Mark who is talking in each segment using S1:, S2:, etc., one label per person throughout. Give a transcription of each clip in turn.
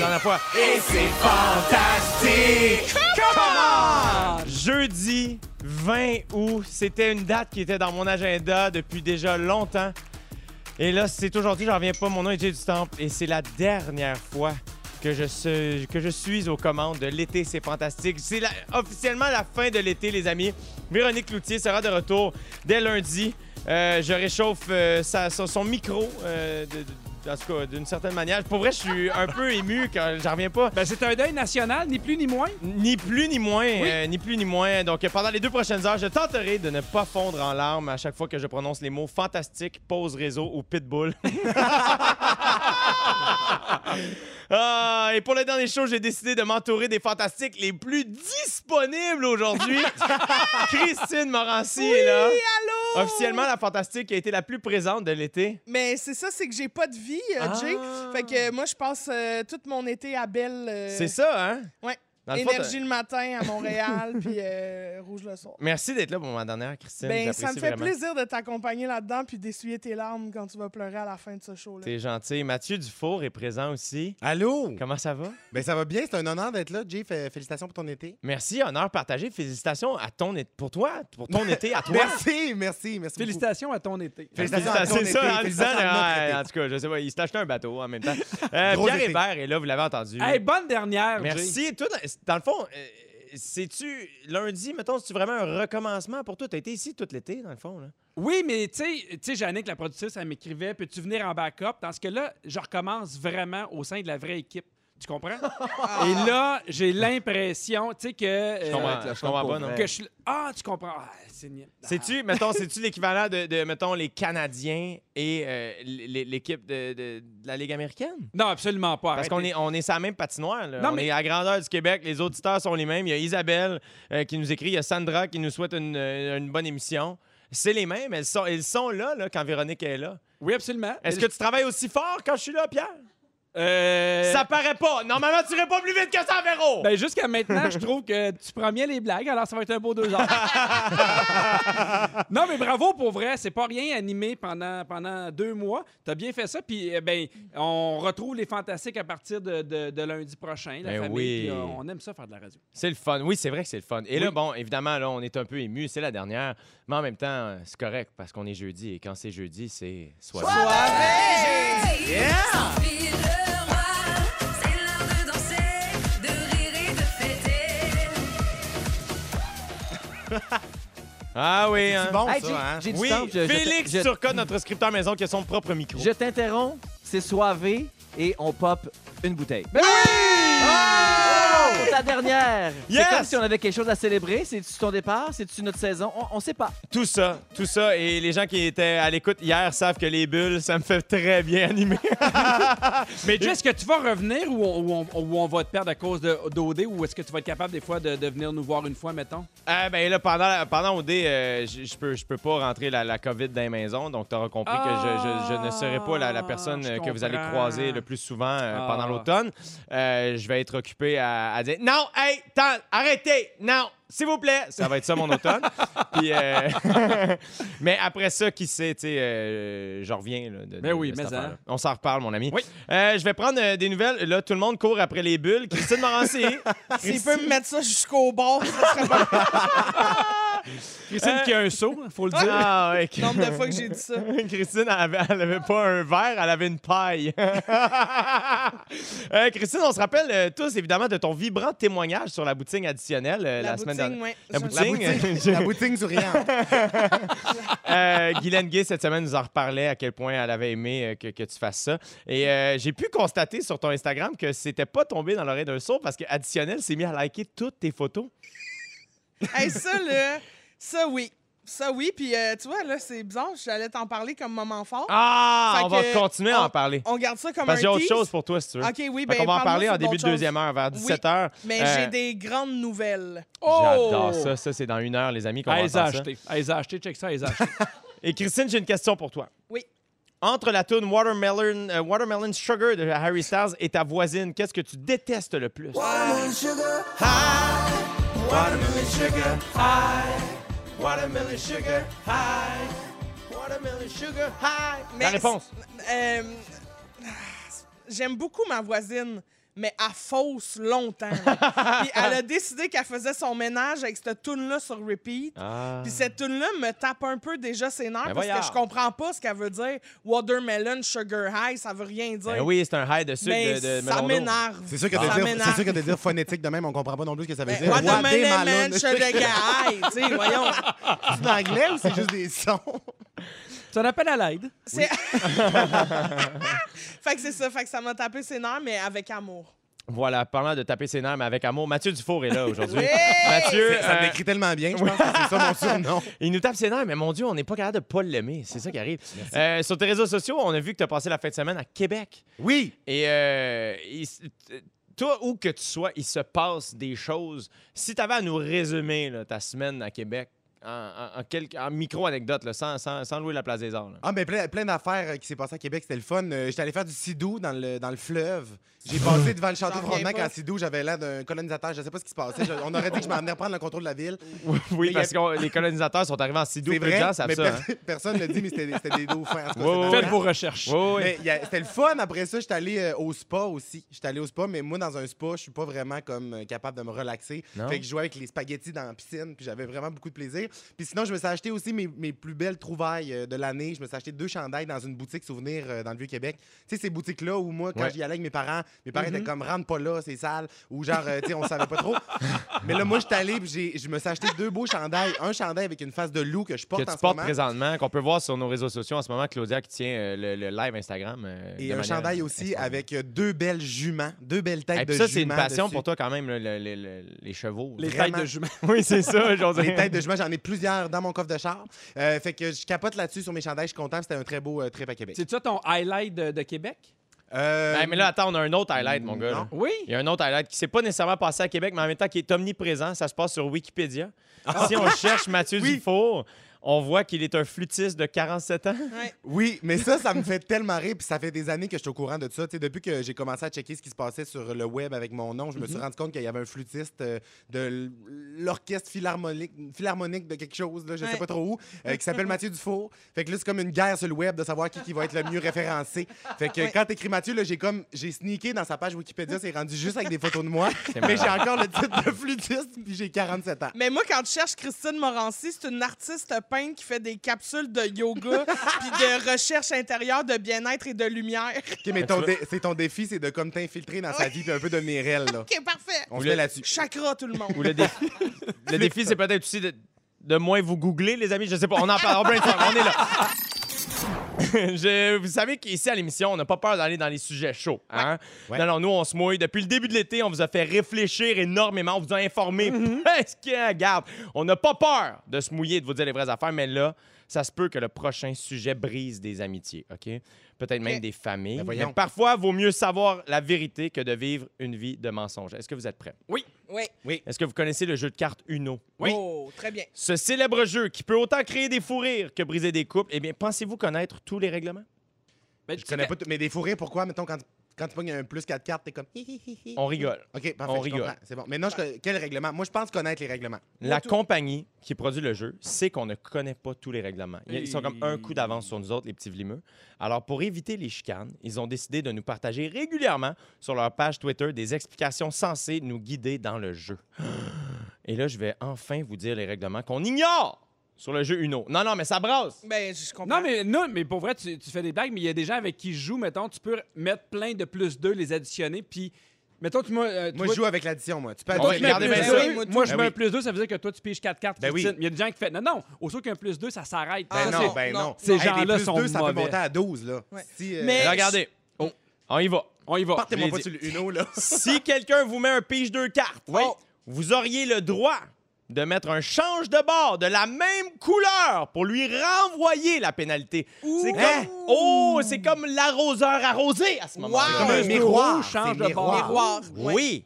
S1: première fois.
S2: Et c'est fantastique!
S1: Jeudi 20 août, c'était une date qui était dans mon agenda depuis déjà longtemps. Et là, c'est aujourd'hui, j'en reviens pas, mon nom est Jay du Temple et c'est la dernière fois que je, suis, que je suis aux commandes de l'été, c'est fantastique. C'est la- officiellement la fin de l'été, les amis. Véronique Cloutier sera de retour dès lundi. Euh, je réchauffe euh, sa- son, son micro, euh, de- de- en tout cas, d'une certaine manière. Pour vrai, je suis un peu ému quand j'en reviens pas.
S3: Ben, c'est un deuil national, ni plus ni moins.
S1: Ni plus ni moins, euh, ni plus ni moins. Donc euh, pendant les deux prochaines heures, je tenterai de ne pas fondre en larmes à chaque fois que je prononce les mots fantastique, pause réseau ou pitbull. Ah, et pour le dernier show, j'ai décidé de m'entourer des fantastiques les plus disponibles aujourd'hui. Christine Morancy est là.
S4: allô?
S1: Officiellement, la fantastique a été la plus présente de l'été.
S4: Mais c'est ça, c'est que j'ai pas de vie, euh, Jay. Fait que euh, moi, je passe euh, tout mon été à Belle. euh,
S1: Ah. C'est ça, hein?
S4: Ouais.
S1: Dans le fond,
S4: Énergie le matin à Montréal, puis euh, Rouge le soir.
S1: t'as- Merci d'être là pour ma dernière, Christine.
S4: Ben,
S1: J'apprécie
S4: ça me fait
S1: vraiment.
S4: plaisir de t'accompagner là-dedans puis d'essuyer tes larmes quand tu vas pleurer à la fin de ce show-là.
S1: T'es gentil. Mathieu Dufour est présent aussi.
S2: Allô?
S1: Comment ça va?
S2: Ben ça va bien, c'est un honneur d'être là, Jay. Fé- Félicitations pour ton été.
S1: Merci, honneur partagé. Félicitations à ton é- pour toi, pour ton été à toi.
S2: Merci, merci, merci. beaucoup.
S3: Félicitations à ton été.
S2: Félicitations à ton
S1: C'est
S2: été,
S1: ça, en disant,
S2: félicitations à notre
S1: ouais,
S2: été.
S1: en tout cas, je sais pas, il s'est acheté un bateau en même temps. Euh,
S2: Gros
S1: Pierre
S2: été.
S1: Hébert est là, vous l'avez entendu.
S3: Hey, bonne dernière, Jay.
S1: Merci. Toi, dans- dans le fond, euh, c'est-tu lundi, mettons, c'est-tu vraiment un recommencement pour toi? T'as été ici tout l'été, dans le fond, là.
S3: Oui, mais tu sais- tu sais, Jannick, la productrice, elle m'écrivait Peux-tu venir en backup Dans ce cas-là, je recommence vraiment au sein de la vraie équipe. Tu comprends? Et là, j'ai l'impression, tu sais, que. euh,
S1: Je comprends, je
S5: la chambre
S1: comprends
S5: pour
S1: pas, non?
S3: que je suis- Ah, tu comprends. Ah, c'est niais.
S1: C'est-tu, mettons, c'est-tu l'équivalent de, de, mettons, les Canadiens et euh, l- l- l'équipe de, de- de la Ligue américaine?
S3: Non, absolument pas.
S1: Parce
S3: arrêtez.
S1: qu'on est, on est sur la même patinoire. là.
S3: Non,
S1: on
S3: mais-
S1: est à la grandeur du Québec. Les auditeurs sont les mêmes. Il y a Isabelle euh, qui nous écrit. Il y a Sandra qui nous souhaite une, euh, une bonne émission. C'est les mêmes. Elles sont, elles sont là, là, quand Véronique est là.
S3: Oui, absolument.
S1: Est-ce que tu travailles aussi fort quand je suis là, Pierre?
S3: Euh,
S1: Ça paraît pas. Normalement, tu irais pas plus vite que ça, Véro.
S3: Ben, jusqu'à maintenant, je trouve que tu prends bien les blagues, alors ça va être un beau deux heures. non, mais bravo pour vrai. C'est pas rien animé pendant, pendant deux mois. T'as bien fait ça. Puis, euh, ben, on retrouve les fantastiques à partir de, de- de lundi prochain. La
S1: Ben
S3: famille,
S1: oui.
S3: puis, euh, on aime ça faire de la radio.
S1: C'est le fun. Oui, c'est vrai que c'est le fun. Et là,
S3: Oui.
S1: bon, évidemment, là, on est un peu ému. C'est la dernière. Mais en même temps, euh, c'est correct parce qu'on est jeudi. Et quand c'est jeudi, c'est soirée.
S6: suis le roi, c'est l'heure de danser, de rire et de fêter.
S1: Ah oui, hein?
S2: C'est bon,
S5: Hey,
S2: ça,
S5: Jay,
S2: hein?
S5: Jay du
S1: Oui,
S5: Temple, je- je-
S1: Félix
S5: je-
S1: Turcotte, notre scripteur maison, qui a son propre micro.
S5: Je t'interromps, c'est soivé et on pop une bouteille.
S1: Oh!
S5: Pour ta dernière!
S1: Yes!
S5: C'est comme si on avait quelque chose à célébrer. C'est-tu ton départ? C'est-tu notre saison? On, on sait pas.
S1: Tout ça, tout ça. Et les gens qui étaient à l'écoute hier savent que les bulles, ça me fait très bien animer.
S3: Mais Jess, est-ce que tu vas revenir ou on, ou on- ou on va te perdre à cause de- d'OD ou est-ce que tu vas être capable des fois de, de venir nous voir une fois, mettons?
S1: Ah ben là, pendant, la- pendant OD, euh, je je peux, je peux pas rentrer la, la COVID dans les maisons. Donc, tu auras compris que je, je- je ne serai pas la, la personne
S3: Ah, je
S1: euh, que vous allez
S3: comprends.
S1: croiser le plus souvent euh,
S3: Ah.
S1: pendant l'automne. Euh, je vais être occupé à, à dire Non, hey, tant, arrêtez, non, s'il vous plaît. Ça va être ça mon automne. Puis, euh, mais après ça, qui sait, tu sais, euh, je reviens. Là, de, de-
S3: Ben oui,
S1: de
S3: mais
S1: cette
S3: hein.
S1: affaire-là. On s'en reparle, mon ami.
S3: Oui.
S1: Euh, je vais prendre euh, des nouvelles. Là, tout le monde court après les bulles. Christine Morancy.
S4: S'il peut me mettre ça jusqu'au bord, ça serait pas
S3: Christine
S1: Euh,
S3: qui a un saut, faut le dire.
S1: Ah, ouais.
S4: le nombre de fois que j'ai dit ça.
S1: Euh, Christine, elle avait, elle avait pas un verre, elle avait une paille. Euh, Christine, on se rappelle euh, tous évidemment de ton vibrant témoignage sur la boutique additionnelle euh, la, semaine dernière.
S4: ouais.
S1: La
S4: Je-
S2: La
S1: boutique.
S2: boutique, la boutique souriante.
S1: Euh, Guylaine Gay, cette semaine, nous en reparlait à quel point elle avait aimé euh, que, que tu fasses ça. Et euh, j'ai pu constater sur ton Instagram que c'était pas tombé dans l'oreille d'un sourd parce que additionnel s'est mis à liker toutes tes photos. hein.
S4: Hey, ça, là, ça, oui. Ça, oui. Puis, euh, tu vois, là, c'est bizarre. J'allais t'en parler comme moment fort.
S1: Ah!
S4: Fait
S1: on va
S4: que,
S1: continuer à
S4: on-
S1: en parler.
S4: On garde ça comme
S1: Parce
S4: un
S1: que j'ai autre
S4: tease.
S1: chose pour toi, si tu veux.
S4: OK, oui,
S1: Fait
S4: ben,
S1: qu'on va en
S4: parle-moi
S1: parler en
S4: sur
S1: début
S4: d'autres
S1: de deuxième
S4: choses.
S1: heure, vers
S4: Oui.
S1: 17h.
S4: Mais
S1: Euh,
S4: j'ai des grandes nouvelles. Oh!
S1: J'adore ça. Ça, c'est dans une heure, les amis, qu'on va
S3: Ah, ils ont
S1: entendre ça.
S3: acheté. Ah, ils ont acheté, check ça, ils ont acheté.
S1: Et Christine, j'ai une question pour toi.
S4: Oui.
S1: Entre la tune Watermelon, euh, Watermelon Sugar de Harry Styles et ta voisine, qu'est-ce que tu détestes le plus?
S4: Mais
S1: réponse.
S4: Ah, c'est- euh, J'aime beaucoup ma voisine, mais à fausse longtemps. là. Puis elle a décidé qu'elle faisait son ménage avec cette tune-là sur repeat.
S1: Ah.
S4: Puis cette tune-là me tape un peu déjà ses nerfs
S1: Ben
S4: parce
S1: voyons.
S4: que je comprends pas ce qu'elle veut dire. Watermelon, sugar high, ça veut rien dire.
S1: Ben oui, c'est un high de sucre de,
S4: mais
S1: de
S4: ça
S1: melon d'eau.
S4: m'énerve.
S2: C'est sûr que
S4: Ça
S2: de dire, c'est
S4: m'énerve.
S2: sûr que de dire phonétique de même, on comprend pas non plus ce que ça veut
S4: Ben,
S2: dire.
S4: Watermelon,
S2: Watermelon.
S4: sugar high, tu sais, voyons.
S2: C'est anglais ou c'est juste des sons?
S3: Ça appelle à l'aide.
S4: C'est- fait que c'est ça, fait que ça m'a tapé ses nerfs, mais avec amour.
S1: Voilà, parlant de taper ses nerfs mais avec amour, Mathieu Dufour est là aujourd'hui.
S4: Hey!
S1: Mathieu,
S2: Ça me
S1: euh,
S2: décrit tellement bien, je pense que c'est ça mon surnom.
S1: il nous tape ses nerfs, mais mon Dieu, on n'est pas capable de pas l'aimer. C'est ça qui arrive. Euh, sur tes réseaux sociaux, on a vu que tu as passé la fin de semaine à Québec.
S2: Oui!
S1: Et euh, il s- t- toi, où que tu sois, il se passe des choses. Si tu avais à nous résumer là, ta semaine à Québec en, en- en quelques- en micro-anecdote, là, sans, sans, sans louer la place des arts. là.
S2: Ah, mais plein, plein d'affaires euh, qui s'est passé à Québec, c'était le fun. Euh, J'étais allé faire du sidou dans le, dans le fleuve. J'ai passé devant le château
S4: J'en
S2: de
S4: reviens
S2: Frontenac
S4: pas.
S2: en sidou, j'avais l'air d'un colonisateur, je sais pas ce qui se passait. Je- on aurait dit que je m'en venais prendre le contrôle de la ville.
S1: Oui,
S2: Mais
S1: parce que les colonisateurs sont arrivés en Sidou,
S2: C'est
S1: peu de
S2: vrai,
S1: gens savent
S2: mais
S1: ça.
S2: per-
S1: hein.
S2: personne ne le dit, mais c'était c'était des dauphins. en
S1: Ouais,
S2: tout cas, c'est
S1: ouais,
S2: marrant.
S1: ouais.
S3: Faites vos recherches.
S1: Oui, oui, oui.
S2: Mais il y a- c'était le fun. Après ça, j'étais allé euh, au spa aussi. J'étais allé au spa, mais moi, dans un spa, je suis pas vraiment comme euh, capable de me relaxer.
S1: Non.
S2: Fait que je jouais avec les spaghettis dans la piscine, puis j'avais vraiment beaucoup de plaisir. Puis sinon, je me suis acheté aussi mes, mes plus belles trouvailles euh, de l'année. Je me suis acheté deux chandails dans une boutique souvenir euh, dans le Vieux-Québec. Tu sais, ces boutiques-là où moi, quand
S1: Ouais. Mm-hmm.
S2: j'y allais avec mes parents, mes parents étaient comme « rentre pas là, c'est sale », ou genre, euh, tu sais, on savait pas trop. mais là, moi, j'étais allé, puis j'ai- je me suis acheté deux beaux chandails. Un chandail avec une face de loup que je porte
S1: que
S2: en
S1: tu
S2: ce
S1: portes
S2: moment.
S1: présentement, qu'on peut voir sur nos réseaux sociaux en ce moment, Claudia qui tient euh, le, le live Instagram. euh, de
S2: Et un
S1: manière
S2: chandail aussi
S1: extraordinaire.
S2: avec euh, deux belles juments, deux belles têtes
S1: Et
S2: de
S1: puis ça, c'est une
S2: juments
S1: passion
S2: dessus.
S1: pour toi quand même, là, le- le- le- les chevaux.
S3: Les
S2: Vraiment.
S3: têtes de jument.
S1: Oui, c'est ça, j'ose
S2: Les têtes de juments, j'en ai plusieurs dans mon coffre de char. Euh, fait que je capote là-dessus sur mes chandails, je suis content. C'était un très beau euh, trip à Québec.
S3: C'est ça ton highlight de, de Québec?
S2: Euh,
S1: Eh, Ben, mais là, attends, on a un autre highlight, mon gars.
S2: Mm, Non.
S1: là.
S3: Oui.
S1: Il y a un autre highlight qui s'est pas nécessairement passé à Québec, mais en même temps qui est omniprésent. Ça se passe sur Wikipédia. Si on cherche Mathieu
S2: Oui.
S1: Dufour, on voit qu'il est un flûtiste de 47 ans.
S2: Oui, mais ça, ça me fait tellement rire. Puis ça fait des années que je suis au courant de ça. Tu sais, depuis que j'ai commencé à checker ce qui se passait sur le web avec mon nom, je me suis rendu compte qu'il y avait un flûtiste euh, de l'orchestre philharmonique, philharmonique de quelque chose, là, je
S4: Ouais.
S2: sais pas trop où, euh, qui s'appelle Mathieu Dufour. Fait que là, c'est comme une guerre sur le web de savoir qui, qui va être le mieux référencé. Fait que quand t'écris Mathieu, là, j'ai comme j'ai sneaké dans sa page Wikipédia, c'est rendu juste avec des photos de moi. Mais j'ai encore le titre de flûtiste, puis j'ai 47 ans.
S4: Mais moi, quand je cherche Christine Morancy, c'est une artiste peintre qui fait des capsules de yoga puis de recherche intérieure de bien-être et de lumière.
S2: OK, mais ton dé- c'est ton défi, c'est de comme t'infiltrer dans sa vie, puis un peu devenir elle, là.
S4: OK, parfait.
S2: On se met là-dessus.
S4: Chakra, tout le monde.
S1: Ou le défi, le défi c'est peut-être aussi de, de moins vous googler, les amis. Je sais pas, on en parle, on brainstorm, on est là. Je- vous savez qu'ici à l'émission, on n'a pas peur d'aller dans les sujets chauds. Hein?
S2: Ouais.
S1: Non, non, nous, on se mouille. Depuis le début de l'été, on vous a fait réfléchir énormément, on vous a informé.
S2: Mm-hmm.
S1: Est-ce que, ah, regarde, on n'a pas peur de se mouiller, de vous dire les vraies affaires, mais là, ça se peut que le prochain sujet brise des amitiés, OK? Peut-être même
S4: Ok.
S1: des familles.
S2: Ben voyons.
S1: Donc, parfois, vaut mieux savoir la vérité que de vivre une vie de mensonge. Est-ce que vous êtes prêts?
S4: Oui.
S1: Est-ce que vous connaissez le jeu de cartes Uno?
S4: Oh, très bien.
S1: Ce célèbre jeu qui peut autant créer des fous rires que briser des couples, eh bien, pensez-vous connaître tous les règlements?
S3: Ben,
S2: Je connais pas tout, mais des fourrés, pourquoi, mettons, quand, quand tu pognes un plus 4 cartes, t'es comme hi hi hi hi.
S1: On rigole.
S2: OK, parfait,
S1: on
S2: je
S1: rigole.
S2: comprends, C'est bon. Maintenant, je connais- quel règlement? Moi, je pense connaître les règlements.
S1: La compagnie qui produit le jeu sait qu'on ne connaît pas tous les règlements. Ils ils sont comme un coup d'avance sur nous autres, les petits vlimeux. Alors, pour éviter les chicanes, ils ont décidé de nous partager régulièrement sur leur page Twitter des explications censées nous guider dans le jeu. Et là, je vais enfin vous dire les règlements qu'on ignore sur le jeu Uno. Non, non, mais ça brasse!
S4: Ben, je comprends.
S3: Non mais, non, mais pour vrai, tu, tu fais des blagues, mais il y a des gens avec qui je joue, mettons, tu peux mettre plein de plus deux, les additionner, puis, mettons, tu m'as... euh,
S2: Moi,
S3: toi,
S2: je joue avec l'addition, moi. Tu peux
S1: On
S2: additionner
S1: va
S3: tu
S1: Regardez
S3: mets plus
S1: bien
S3: deux,
S1: ça.
S4: Oui, moi, tout.
S3: moi, je
S2: Ben
S3: mets un
S2: oui.
S3: plus deux, ça veut dire que toi, tu piges quatre cartes.
S2: Ben
S3: tu
S2: oui.
S3: tires. Il y a des gens qui font... Non, non, au saut qu'un plus deux, ça s'arrête.
S2: Ben
S4: Ah,
S3: Ça,
S2: non,
S4: non,
S2: ben
S4: non,
S2: non.
S4: non.
S3: Ces
S2: Hey, des
S3: gens-là
S2: plus
S3: sont
S2: deux, ça peut
S3: mauvais.
S2: monter à 12, là.
S4: Ouais.
S2: Si, euh,
S4: Mais-
S1: Regardez! Oh, on y va.
S3: On y va.
S2: Partez-moi
S1: je
S2: pas
S1: l'ai
S2: sur le Uno, là.
S1: si quelqu'un vous met un pige deux cartes,
S2: Oui.
S1: vous auriez le droit de mettre un change de bord de la même couleur pour lui renvoyer la pénalité. C'est comme
S2: Hein?
S1: oh, c'est comme l'arroseur arrosé à ce
S4: Wow.
S1: moment-là.
S2: Comme un
S3: Plus deux
S2: miroir.
S3: rouges, change
S2: c'est
S3: de bord.
S4: Miroir.
S1: Oui.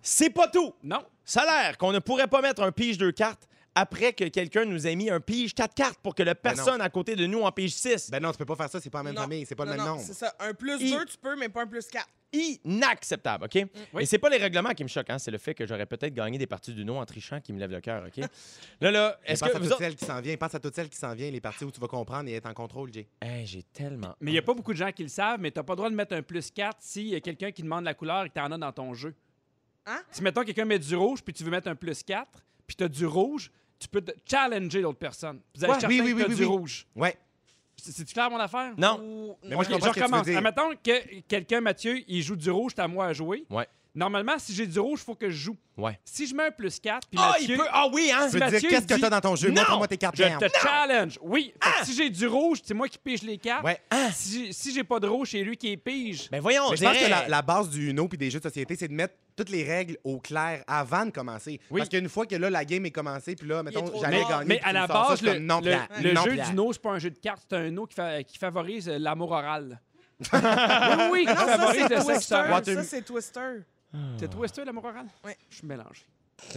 S1: C'est pas tout.
S3: Non.
S1: Ça a l'air qu'on ne pourrait pas mettre un pige deux cartes après que quelqu'un nous ait mis un pige 4 cartes pour que la personne à côté de nous en pige 6.
S2: Ben non, tu peux pas faire ça, c'est pas la même
S4: Non.
S2: famille, c'est pas
S4: Non,
S2: le même
S4: non,
S2: nombre.
S4: C'est ça. Un plus
S1: I-
S4: 2, tu peux, mais pas un plus 4.
S1: Inacceptable, OK?
S3: Oui.
S1: Et c'est pas les règlements qui me choquent, hein, c'est le fait que j'aurais peut-être gagné des parties du nom en trichant qui me lève le cœur, OK? Là, là,
S2: Mais
S1: est-ce
S2: pense
S1: que
S2: à
S1: vous
S2: toutes
S1: autres...
S2: celles qui s'en viennent, pense à toutes celles qui s'en viennent, les parties où tu vas comprendre et être en contrôle, Jay.
S1: Hey, j'ai tellement...
S3: Mais il n'y a pas beaucoup de gens qui le savent, mais tu n'as pas le droit de mettre un plus 4 s'il y a quelqu'un qui demande la couleur et que tu en as dans ton jeu.
S4: Hein?
S3: Si, mettons, quelqu'un met du rouge, puis tu veux mettre un plus 4, puis tu as du rouge, tu peux te challenger l'autre personne. Vous allez
S2: Quoi?
S3: chercher
S2: Oui, oui,
S3: que t'as
S2: oui,
S3: du
S2: oui, oui.
S3: rouge.
S2: Ouais.
S3: C'est- C'est-tu clair, mon affaire?
S1: Non,
S2: Mais moi, je
S3: Ok,
S2: comprends ce que tu veux
S3: recommence. Ah,
S2: dire.
S3: Admettons que quelqu'un, Mathieu, il joue du rouge, t'as à moi à jouer.
S1: Ouais.
S3: Normalement, si j'ai du rouge, il faut que je joue.
S1: Ouais.
S3: Si je mets un plus 4, puis
S1: Ah,
S3: Mathieu,
S1: il peut... Ah oui, hein?
S2: Tu veux
S3: Mathieu
S2: dire, qu'est-ce que
S3: dit-
S2: t'as dans ton jeu?
S1: Non!
S2: Montre-moi tes cartes
S3: je
S2: merde.
S3: te challenge. Oui. Fait que Si j'ai du rouge, c'est moi qui pige les cartes.
S2: Ah! Ouais. hein? Ben,
S3: Si, j'ai- si j'ai pas de rouge, c'est lui qui les pige.
S1: Mais Ben voyons,
S2: Mais je pense
S1: dirais-
S2: que la, la base du Uno puis des jeux de société, c'est de mettre toutes les règles au clair avant de commencer.
S3: Oui.
S2: Parce qu'une fois que là, la game est commencée, puis là, mettons,
S4: trop
S2: j'allais
S4: tard.
S2: gagner.
S3: Mais
S2: puis
S3: à
S2: tu
S3: la
S2: me sors ça,
S3: base,
S2: je suis
S3: le,
S2: comme, non,
S3: le-
S2: Pierre,
S3: le
S2: non,
S3: jeu
S2: Pierre.
S3: du no, c'est pas un jeu de cartes, c'est un no qui, fa- qui favorise euh, l'amour oral. oui, oui, qui
S4: Non, ça,
S3: favorise
S4: c'est
S3: le
S4: Twister.
S3: sexe oral.
S4: Ça, c'est Twister.
S3: C'est toi, c'est toi l'amour oral?
S4: Ouais.
S3: Je suis mélangé.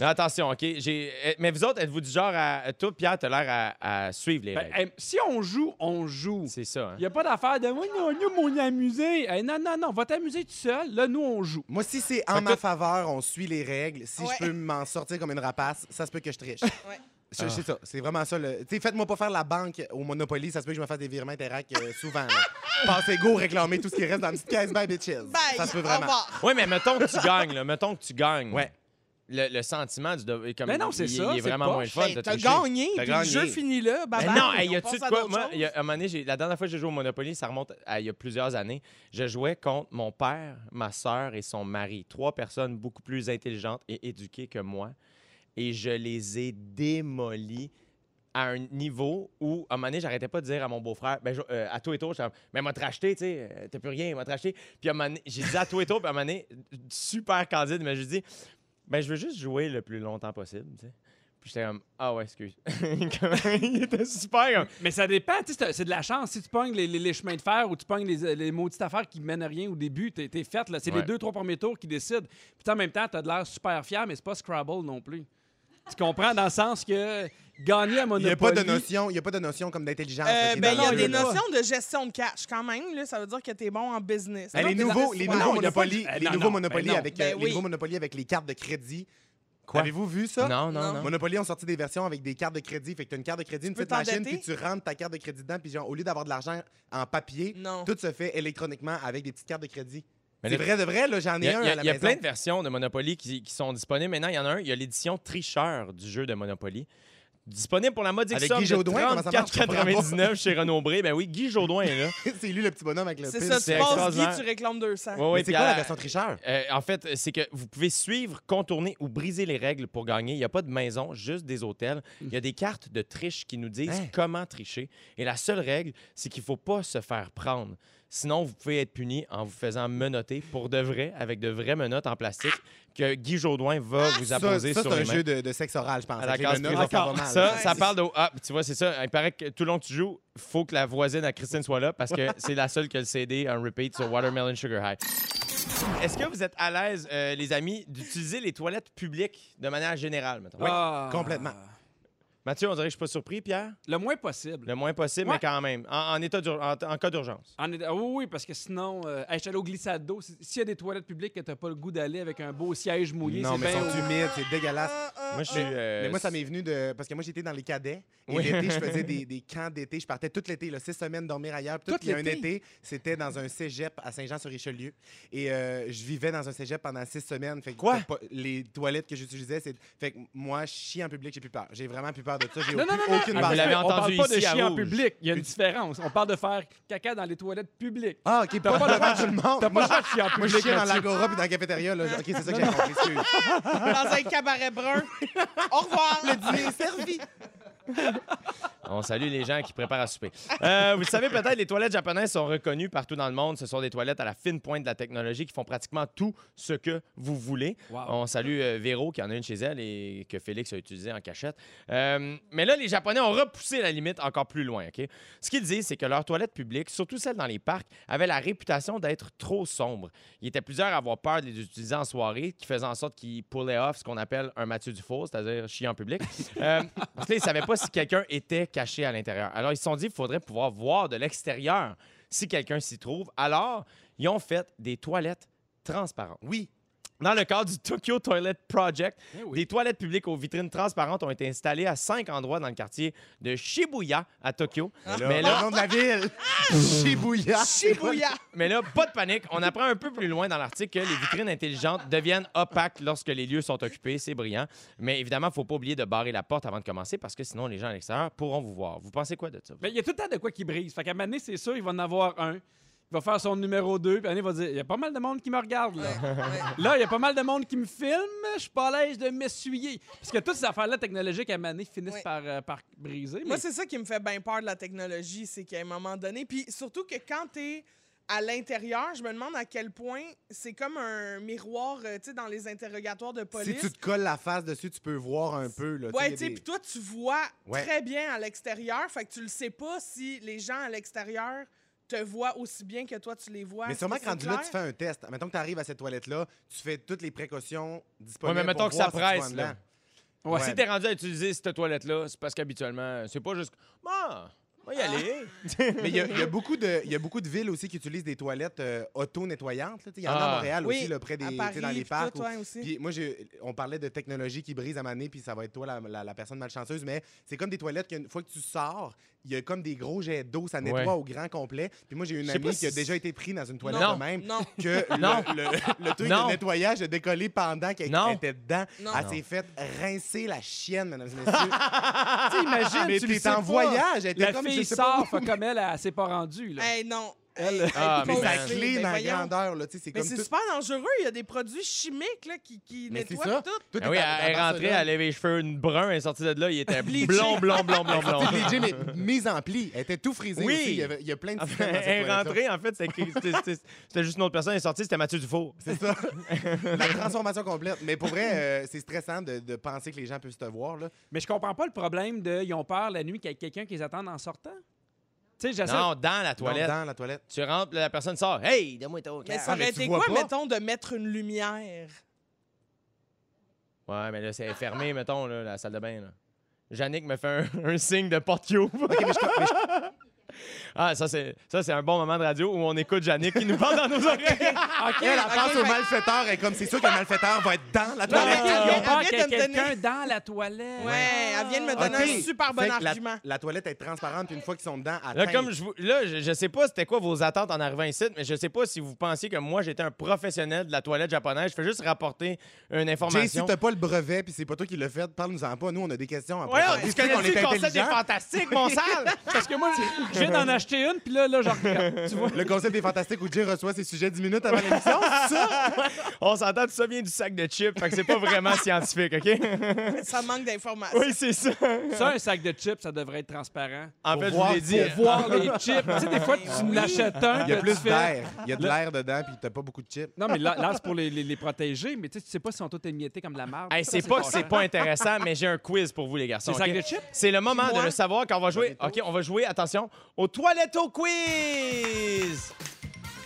S1: Non, attention, OK? J'ai... euh, Mais vous autres, êtes-vous du genre à... Toi, Pierre, t'as l'air à, à suivre les
S3: Ben,
S1: règles.
S3: hey, si on joue, on joue.
S1: C'est ça, hein?
S3: Il n'y a pas d'affaire de moi, non, nous, mon amusé. Hey, non, non, non, va t'amuser tout seul. Là, nous, on joue.
S2: Moi, si c'est en
S1: Fait que
S2: ma
S1: toi-
S2: faveur, on suit les règles. Si
S4: Ouais.
S2: je peux m'en sortir comme une rapace, ça se peut que je triche. Je- C'est ça. C'est vraiment ça. le- Tu sais, faites-moi pas faire la banque au Monopoly. Ça se peut que je me fasse des virements Interac euh, souvent. là. Passez go réclamer tout ce qui reste dans la petite caisse. Bye, bitches.
S4: Bye.
S2: ça se peut
S4: Ben, Au
S2: vraiment.
S4: revoir.
S1: Oui, mais mettons que tu gagnes, là. Mettons que tu gagnes.
S2: Ouais.
S1: Le, le sentiment du. de- Comme,
S3: Mais non, c'est
S1: il-
S3: ça,
S1: Il est
S3: c'est
S1: vraiment
S3: poche.
S1: moins le fun.
S4: Ben,
S1: de
S4: T'as
S1: tricher.
S4: gagné,
S2: T'as
S4: puis le
S2: jeu
S4: jeu
S2: gagné.
S4: finit là. Bye
S1: Mais
S4: bye,
S1: non,
S4: puis
S1: hey, y
S4: on
S1: a-tu
S4: passe
S1: de
S4: à
S1: quoi?
S4: d'autres
S1: Moi,
S4: choses.
S1: y a- à un moment donné, j'ai- la dernière fois que j'ai joué au Monopoly, ça remonte à il y a plusieurs années. Je jouais contre mon père, ma sœur et son mari. Trois personnes beaucoup plus intelligentes et éduquées que moi. Et je les ai démolies à un niveau où, à un moment donné, j'arrêtais pas de dire à mon beau-frère, ben, je- euh, à toi et tout, mais m'a racheté, tu sais, euh, t'as plus rien, m'a racheté. Puis à un moment donné, j'ai dit à toi et tout, puis à un moment donné, super candide, mais je dis, ben, je veux juste jouer le plus longtemps possible, tu sais. Puis j'étais comme, ah ouais, excuse. il était super comme,
S3: Mais ça dépend, tu sais, c'est- c'est de la chance. Si tu pognes les, les- les chemins de fer ou tu pognes les, les maudites affaires qui mènent à rien au début, t'es es faite. là. C'est
S1: Ouais.
S3: les deux, trois premiers tours qui décident. Puis t'sais, en même temps, t'as de l'air super fier, mais c'est pas Scrabble non plus. Tu comprends? Dans le sens que gagner à
S2: Il
S3: Monopoly...
S2: n'y a pas de notion, il y a pas de notion comme d'intelligence. là,
S4: Euh,
S2: qui est
S4: ben, il
S2: dans
S4: y a
S2: le
S4: des
S2: jeu, là.
S4: notions de gestion de cash quand même. Là, ça veut dire que t'es bon en business.
S2: Eh,
S4: Non,
S2: les
S4: t'es
S2: nouveaux,
S4: dans-
S2: les
S4: Ouais,
S2: nouveaux
S4: non, il y a pas
S2: Monopoly,
S3: de- eh,
S2: les
S3: non,
S2: nouveaux
S3: non,
S2: Monopoly
S3: ben non.
S2: avec euh,
S4: Ben
S2: les
S4: oui.
S2: nouveaux Monopoly avec les cartes de crédit.
S1: Quoi?
S2: Avez-vous vu ça
S1: non, non, non.
S2: Monopoly ont sorti des versions avec des cartes de crédit. Fait que tu as une carte de crédit, une
S4: peux
S2: petite machine,
S4: t'endetter?
S2: puis tu rentres ta carte de crédit dedans, puis genre, au lieu d'avoir de l'argent en papier,
S4: Non.
S2: tout se fait électroniquement avec des petites cartes de crédit.
S1: Mais
S2: C'est
S1: là-
S2: vrai de vrai, là, j'en
S1: Il y
S2: ai
S1: a,
S2: un
S1: il y a-
S2: à la
S1: il y a
S2: maison.
S1: plein de versions de Monopoly qui, qui sont disponibles. Maintenant, il y en a un. Il y a l'édition tricheur du jeu de Monopoly. Disponible pour la modique
S2: Avec
S1: somme
S2: Guy
S1: de
S2: Jodoin, comment ça marche? Je comprends pas.
S1: 34,99 chez Renaud Bré. Ben oui, Guy Jodoin est là.
S2: c'est lui le petit bonhomme avec le
S4: C'est
S2: pin.
S4: ça,
S1: c'est
S4: tu passes Guy,
S1: extraordinaire.
S4: tu réclames 200.
S1: Ouais, ouais,
S2: Mais c'est
S1: puis
S2: quoi
S1: à-
S2: la version tricheur?
S1: euh, en fait, c'est que vous pouvez suivre, contourner ou briser les règles pour gagner. Il n'y a pas de maison, juste des hôtels. Il y a des cartes de triche qui nous disent
S2: Hein?
S1: comment tricher. Et la seule règle, c'est qu'il ne faut pas se faire prendre. Sinon, vous pouvez être puni en vous faisant menotter pour de vrai, avec de vraies menottes en plastique que Guy Jodoin va vous
S2: Ah, Ça,
S1: apposer
S2: ça,
S1: sur
S2: c'est
S1: les
S2: un
S1: mains.
S2: jeu de, de sexe oral, je pense.
S1: À la
S2: avec les
S1: case
S2: menus,
S1: privée.
S2: ça va mal.
S1: Ça, ça
S4: Ouais.
S1: parle de. Ah, tu vois, c'est ça. Il paraît que tout le long que tu joues, faut que la voisine à Christine soit là parce que c'est la seule qui a le CD en repeat sur Watermelon Sugar High. Est-ce que vous êtes à l'aise, euh, les amis, d'utiliser les toilettes publiques de manière générale, mettons?
S3: Ah.
S2: complètement.
S1: Mathieu, on dirait que je suis pas surpris, Pierre.
S3: Le moins possible.
S1: Le moins possible, mais
S3: Ouais.
S1: quand même. En, en état d'ur- en, en cas d'urgence.
S3: En état- oui, oui, parce que sinon, euh, hey, je suis allé au glissade d'eau. Si- S'il y a des toilettes publiques que t'as pas le goût d'aller avec un beau siège mouillé,
S2: non,
S3: c'est
S2: mais ils
S3: bien...
S2: sont humides, c'est dégueulasse.
S1: Moi, je suis. euh,
S2: Mais moi, ça m'est venu de. Parce que moi, j'étais dans les cadets. Et
S1: Oui.
S2: l'été, je faisais des, des camps d'été. Je partais tout l'été, là, six semaines dormir ailleurs. Puis tout,
S3: Tout
S2: il y a un
S3: l'été?
S2: été, c'était dans un cégep à Saint-Jean-sur-Richelieu. Et euh, je vivais dans un cégep pendant six semaines. Fait que
S1: Quoi?
S2: t'as pas- les toilettes que j'utilisais, c'est. Fait que moi, chier en public, j'ai plus peur. J'ai vraiment plus peur de ça. J'ai
S3: Non, non,
S2: aucune,
S3: non, non.
S2: aucune
S1: Ah,
S2: barre.
S1: vous l'avez
S3: on parle
S1: entendu
S3: pas de
S1: ici à
S3: chier en
S1: Rouge.
S3: public. Il y a une différence. On parle de faire caca dans les toilettes publiques.
S2: Ah, OK,
S3: pas
S2: pas
S3: le droit
S2: devant
S3: de-
S2: tout le
S3: T'as
S2: monde.
S3: pas
S2: Moi,
S3: le droit de chier en
S2: moi,
S3: public.
S2: je chie dans
S3: Mathieu.
S2: l'agora puis dans la cafétéria. Là. OK, c'est ça que j'ai compris. excuse.
S4: Dans un cabaret brun. Au revoir. Le dîner est servi.
S1: On salue les gens qui préparent à souper. Euh, vous le savez peut-être, les toilettes japonaises sont reconnues partout dans le monde. Ce sont des toilettes à la fine pointe de la technologie qui font pratiquement tout ce que vous voulez.
S3: Wow.
S1: On salue euh, Véro qui en a une chez elle et que Félix a utilisée en cachette. Euh, mais là, les Japonais ont repoussé la limite encore plus loin. ok? Ce qu'ils disent, c'est que leurs toilettes publiques, surtout celles dans les parcs, avaient la réputation d'être trop sombres. Il était plusieurs à avoir peur de les utiliser en soirée, qui faisaient en sorte qu'ils pullaient off ce qu'on appelle un Mathieu Dufour, c'est-à-dire chier en public. Euh, parce que là, ils ne savaient pas si quelqu'un était caché à l'intérieur. Alors, ils se sont dit qu'il faudrait pouvoir voir de l'extérieur si quelqu'un s'y trouve. Alors, ils ont fait des toilettes transparentes.
S2: Oui.
S1: Dans le cadre du Tokyo Toilet Project,
S3: Eh oui.
S1: des toilettes publiques aux vitrines transparentes ont été installées à cinq endroits dans le quartier de Shibuya à Tokyo.
S3: Ah.
S1: Mais là,
S2: le nom de la ville, Shibuya.
S4: Shibuya.
S1: mais là, pas de panique. On apprend un peu plus loin dans l'article que les vitrines intelligentes deviennent opaques lorsque les lieux sont occupés. C'est brillant. Mais évidemment, faut pas oublier de barrer la porte avant de commencer parce que sinon, les gens à l'extérieur pourront vous voir. Vous pensez quoi de ça? vous?
S3: Mais il y a tout le temps de quoi qui brise. Fait qu'à un moment donné, c'est sûr, il va en avoir un. Il va faire son numéro 2, puis à un moment donné, il va dire Il y a pas mal de monde qui me regarde, là. là, il y a pas mal de monde qui me filme, je suis pas à l'aise de m'essuyer. Parce que toutes ces affaires-là technologiques, à un moment donné, finissent
S4: Ouais.
S3: par, euh, par briser.
S4: Moi,
S3: mais-
S4: c'est ça qui me fait bien peur de la technologie, c'est qu'à un moment donné, puis surtout que quand t'es à l'intérieur, je me demande à quel point c'est comme un miroir, euh, tu sais, dans les interrogatoires de
S2: Si
S4: police.
S2: tu te colles la face dessus, Bah, tu peux voir un peu. Là,
S4: Ouais,
S2: y a
S4: tu sais,
S2: des-
S4: puis toi, tu vois
S2: Ouais.
S4: très bien à l'extérieur, fait que tu le sais pas si les gens à l'extérieur te voient aussi bien que toi, tu les vois.
S2: Mais
S4: Est-ce
S2: sûrement
S4: que
S2: que
S4: c'est
S2: rendu là,
S4: clair?
S2: tu fais un test. Mettons que tu arrives à cette toilette-là, tu fais toutes les précautions
S1: Ouais,
S2: disponibles.
S1: mais mettons
S2: pour
S1: que ça
S2: voir si tu vas en
S1: presse.
S2: dedans.
S1: Là.
S3: Ouais.
S1: Si
S2: Ouais.
S1: t'es rendu à utiliser cette toilette-là, c'est parce qu'habituellement, c'est pas juste. Ah, on va y aller.
S2: Mais il y, a- il y a beaucoup de- il y a beaucoup de villes aussi qui utilisent des toilettes euh, auto-nettoyantes. là, tu sais. Il y en a
S1: Ah.
S2: à Montréal
S4: Oui,
S2: aussi, là, près des,
S4: à
S2: tu sais,
S4: Paris,
S2: dans les
S4: puis
S2: parcs.
S4: tout,
S2: ou-
S4: ouais, aussi.
S2: Puis moi, j'ai- on parlait de technologie qui brise à maner, puis ça va être toi la, la- la personne malchanceuse, mais c'est comme des toilettes qu'une fois que tu sors, il y a comme des gros jets d'eau, ça nettoie
S1: Ouais.
S2: au grand complet. Puis moi, j'ai une
S1: Je sais pas
S2: amie qui a
S1: si-
S2: déjà été prise dans une toilette
S1: Non.
S2: de même.
S4: Non,
S2: Que
S1: Non.
S2: Le, le- le truc
S1: Non.
S2: de nettoyage a décollé pendant qu'elle
S1: Non.
S2: elle était dedans.
S4: Non.
S2: Elle s'est faite rincer la chienne, mesdames et messieurs.
S3: Tu sais, imagine,
S2: Mais
S3: tu le
S2: t'es
S3: sais
S2: en
S3: pas.
S2: voyage, elle était
S3: La
S2: comme je
S3: fille
S2: sais pas
S3: sort,
S2: où.
S3: fait comme elle, elle, s'est pas rendue. Là.
S4: Hey, non.
S3: Elle-
S4: Hey,
S1: Ah, mais
S4: hey,
S2: Mais
S4: pauvre
S1: ça
S2: ça
S4: fille,
S2: clé
S4: ben
S2: ma
S4: voyons.
S2: grandeur, là. Tu sais, c'est
S4: Mais
S2: comme
S4: c'est
S2: tout.
S4: super dangereux, il y a des produits chimiques là, qui, qui
S2: Mais c'est
S4: nettoient
S2: ça.
S4: tout.
S2: Tout
S1: Ah oui,
S2: est à-
S1: elle est
S2: à
S1: rentrée,
S2: Barcelone.
S1: elle avait les cheveux bruns, elle est sortie de là, il était
S4: Bleaché.
S1: blond, blond, blond, blond, blond.
S2: Toutes les jeans, mais mise en pli. Elle était tout frisée
S1: Oui.
S2: aussi. Il y, avait- il y a plein de
S1: Enfin,
S2: systèmes dans cette
S1: elle est
S2: toilette-là.
S1: rentrée, en fait, c'est que- c'était c'était- c'était juste une autre personne. Elle est sortie, c'était Mathieu Dufour.
S2: C'est ça. La transformation complète. Mais pour vrai, euh, c'est stressant de, de penser que les gens peuvent te voir. Là.
S3: Mais je comprends pas le problème de. Ils ont peur la nuit qu'il y ait quelqu'un qui les attende en sortant. Tu sais, j'essaie.
S1: Non, dans la toilette.
S2: Non, Dans la toilette.
S1: Tu rentres, la personne sort. Hey, donne-moi ton
S4: Mais
S1: cœur.
S4: ça
S2: Ah, mais
S4: aurait
S2: tu
S4: été
S2: vois
S4: quoi,
S2: pas.
S4: mettons, de mettre une lumière?
S1: Ouais, mais là, c'est fermé, mettons, là, la salle de bain. Là. Yannick me fait un, un signe de porte qui ouvre. ah, ça, c'est ça, c'est un bon moment de radio où on écoute Yannick qui nous parle dans nos oreilles.
S3: Ah,
S2: Elle, elle pense au malfaiteur. Elle est comme, c'est sûr que le malfaiteur va être dans la
S3: Non, mais
S2: toilette.
S4: elle
S3: ils ont
S4: vient-
S3: peur
S4: elle
S3: qu'il y
S4: vient
S3: ait
S4: de me donner-
S3: quelqu'un dans la toilette. Ah.
S4: Ouais, elle vient de me
S2: Ah, Ok.
S4: donner un super bon
S2: Fait que la-
S4: argument.
S2: La, toilette est transparente. puis Une fois qu'ils sont dedans,
S1: Là,
S2: attends.
S1: comme je, vous- là, je, je sais pas c'était quoi vos attentes en arrivant ici, mais je sais pas si vous pensiez que moi, j'étais un professionnel de la toilette japonaise. Je fais juste rapporter une
S2: Jay, si
S1: information.
S2: t'as pas le brevet, puis c'est pas toi qui l'as fait, parle-nous-en pas. Nous, on a des questions à
S1: Ouais,
S2: poser.
S1: tu connais le concept est fantastique, mon sale!
S3: Ah, Parce que moi, je viens d'en acheter une, puis là, là, genre, tu vois.
S2: Le concept est fantastique où Jay reçoit ses sujets 10 minutes avant l'émission. c'est ça?
S1: On s'entend, tout ça vient du sac de chips, fait que c'est pas vraiment scientifique, OK?
S4: Ça manque d'informations.
S1: oui, c'est ça.
S3: Ça, un sac de chips, ça devrait être transparent.
S1: En
S2: Pour
S1: fait,
S2: voir-
S1: je vous l'ai dit.
S3: Pour voir les chips. tu sais, des fois, tu me l'achètes un.
S2: Il y a
S3: que tu
S2: plus
S3: fais-
S2: d'air. Il y a de l'air dedans, puis t'as pas beaucoup de chips.
S3: Non, mais là, là, c'est pour les, les- les protéger, mais tu sais, tu sais pas s'ils sont tous émiettés comme de la marde.
S1: Hey,
S3: Ça,
S1: c'est pas que c'est
S3: fâchant.
S1: pas intéressant, mais j'ai un quiz pour vous, les garçons.
S3: C'est sac
S1: ok?
S3: de chips?
S1: C'est le moment de
S4: Moi?
S1: le savoir quand on va jouer. OK, on va jouer, attention, au Toiletto Quiz!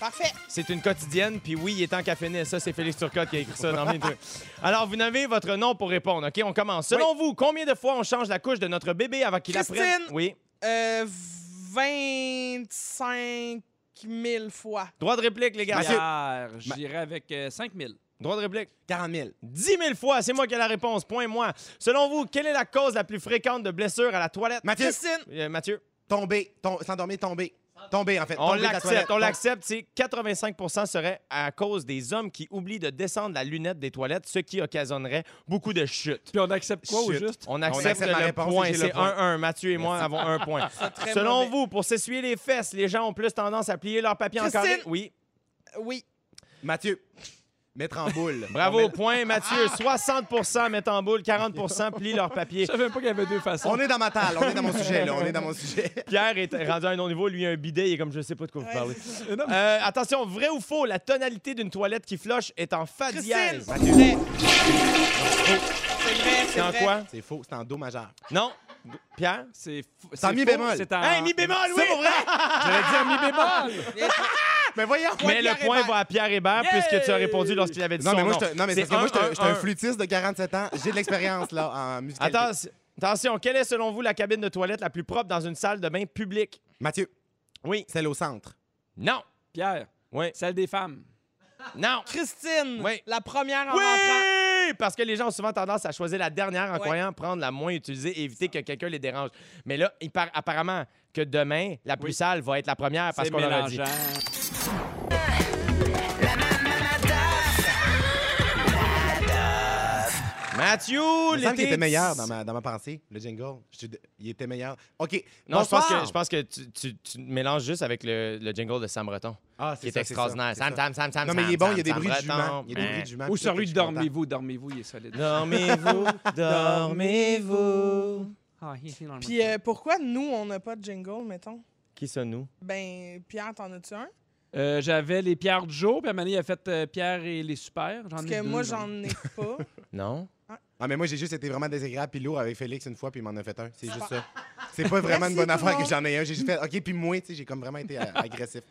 S4: Parfait.
S1: C'est une quotidienne, puis oui, il est en caféiné. Ça, c'est Félix Turcotte qui a écrit ça dans mes trucs. Alors, vous n'avez votre nom pour répondre, OK? On commence. Selon vous, combien de fois on change la couche de notre bébé avant qu'il
S4: Christine!
S1: apprenne... Oui.
S4: Euh, 25 000 fois.
S1: Droit de réplique, les garçons.
S3: Hier, j'irais avec euh, 5 000.
S1: Droit de réplique.
S2: 40 000.
S1: 10 000 fois, c'est moi qui ai la réponse, point moi. Selon vous, quelle est la cause la plus fréquente de blessure à la toilette?
S2: Mathieu,
S4: Christine,
S1: Euh, Mathieu,
S2: tomber, tom- s'endormir, tomber. Tomber, en fait.
S1: on
S2: Tomber de la toilette.
S1: l'accepte, on l'accepte, c'est 85 serait à cause des hommes qui oublient de descendre la lunette des toilettes, ce qui occasionnerait beaucoup de chutes.
S3: Puis on accepte quoi au
S2: Shit.
S3: juste?
S1: On accepte,
S2: accepte
S1: le
S2: ma réponse et
S1: point,
S2: j'ai le
S1: c'est
S2: point.
S1: 1-1. Mathieu et moi avons un point.
S4: très
S1: Selon
S4: mauvais.
S1: vous, pour s'essuyer les fesses, les gens ont plus tendance à plier leur papier en
S4: Christine!
S1: carré? Oui.
S4: oui.
S2: Mathieu. mettre en boule.
S1: Bravo,
S2: On met- Ah!
S1: point, Mathieu. 60 mettent en boule, 40 plient leur papier.
S3: Je savais même pas qu'il y avait deux façons.
S2: On est dans ma table, on est dans mon sujet, là, on est dans mon sujet.
S1: Pierre est rendu à un autre niveau, lui, un bidet, il est comme je sais pas de quoi vous
S4: Ouais,
S1: parlez.
S4: c'est ça.
S3: Non, mais-
S1: Euh, attention, vrai ou faux, la tonalité d'une toilette qui flush est en fa
S4: Christine!
S1: dièse.
S4: C'est
S2: Mathieu,
S4: vrai, c'est vrai.
S1: C'est en
S4: vrai.
S1: quoi?
S2: c'est faux, c'est en do majeur.
S1: Non. Pierre?
S3: C'est fou-
S2: C'est en
S3: faux,
S2: mi-bémol.
S3: C'est en...
S1: Hey, mi bémol, oui, Ah. pour vrai!
S3: J'allais dire mi-bémol.
S2: Ah, Mais voyons!
S4: Point
S1: mais
S4: Pierre
S1: le point
S4: Hébert.
S1: va à Pierre Hébert
S3: Yeah!
S1: puisque tu as répondu lorsqu'il avait dit
S2: Non,
S1: son
S2: mais moi,
S1: nom.
S2: je te- non, mais
S1: C'est
S2: c'est parce que moi, je te- je suis un
S1: 1-1-1.
S2: flûtiste de 47 ans. J'ai de l'expérience, là, en musique.
S1: Atten- Attention, quelle est selon vous la cabine de toilette la plus propre dans une salle de bain publique?
S2: Mathieu,
S1: Oui.
S2: celle au centre.
S1: Non.
S3: Pierre,
S1: Oui.
S3: celle des femmes.
S1: Non.
S4: Christine,
S1: Oui.
S4: la première en rentrant.
S1: Oui! Parce que les gens ont souvent tendance à choisir la dernière en
S4: Ouais.
S1: croyant prendre la moins utilisée et éviter que quelqu'un les dérange. Mais là, il par- apparemment que demain, la plus
S3: Oui.
S1: sale va être la première parce
S3: C'est
S1: qu'on leur a dit.
S3: mélangeant.
S1: Mathieu,
S2: Il me semble qu'il
S1: l'été-
S2: était meilleur dans ma, dans ma pensée, le jingle. Je suis- il était meilleur. OK.
S1: Non, je pense, que,
S2: bonsoir.
S1: je pense que tu, tu- tu mélanges juste avec le, le jingle de Sam Breton,
S2: Ah, c'est
S1: qui est,
S2: ça, c'est ça,
S1: extraordinaire.
S2: c'est
S1: Sam,
S2: ça.
S1: Sam, Sam, Sam,
S2: Non, mais il
S1: Sam,
S2: est bon, il y a
S1: Sam,
S2: des
S1: Sam
S2: bruits de
S1: Breton.
S2: jument. Il y a des bruits de jument.
S3: Ou
S2: puis là,
S3: sur lui,
S2: je suis content.
S3: dormez-vous, dormez-vous, il est solide.
S1: Dormez-vous, dormez-vous.
S3: Ah, he- he- non,
S4: Puis euh, pourquoi nous, on n'a pas de jingle, mettons?
S1: Qui sommes-nous?
S4: Ben, Pierre, t'en as-tu un?
S3: Euh, J'avais les Pierre du jour, puis à un moment donné, il a fait euh, Pierre et les super. J'en
S4: Parce
S3: ai
S4: que
S3: deux,
S4: moi,
S3: genre.
S4: j'en ai pas.
S1: Non?
S2: Ah, mais moi, j'ai juste été vraiment désagréable puis lourd avec Félix une fois, puis il m'en a fait un. C'est juste ça. C'est pas vraiment
S4: Merci,
S2: une bonne
S4: tout le
S2: affaire que
S4: monde.
S2: j'en ai un. J'ai juste fait, OK, puis moi, tu sais, j'ai comme vraiment été euh, agressif.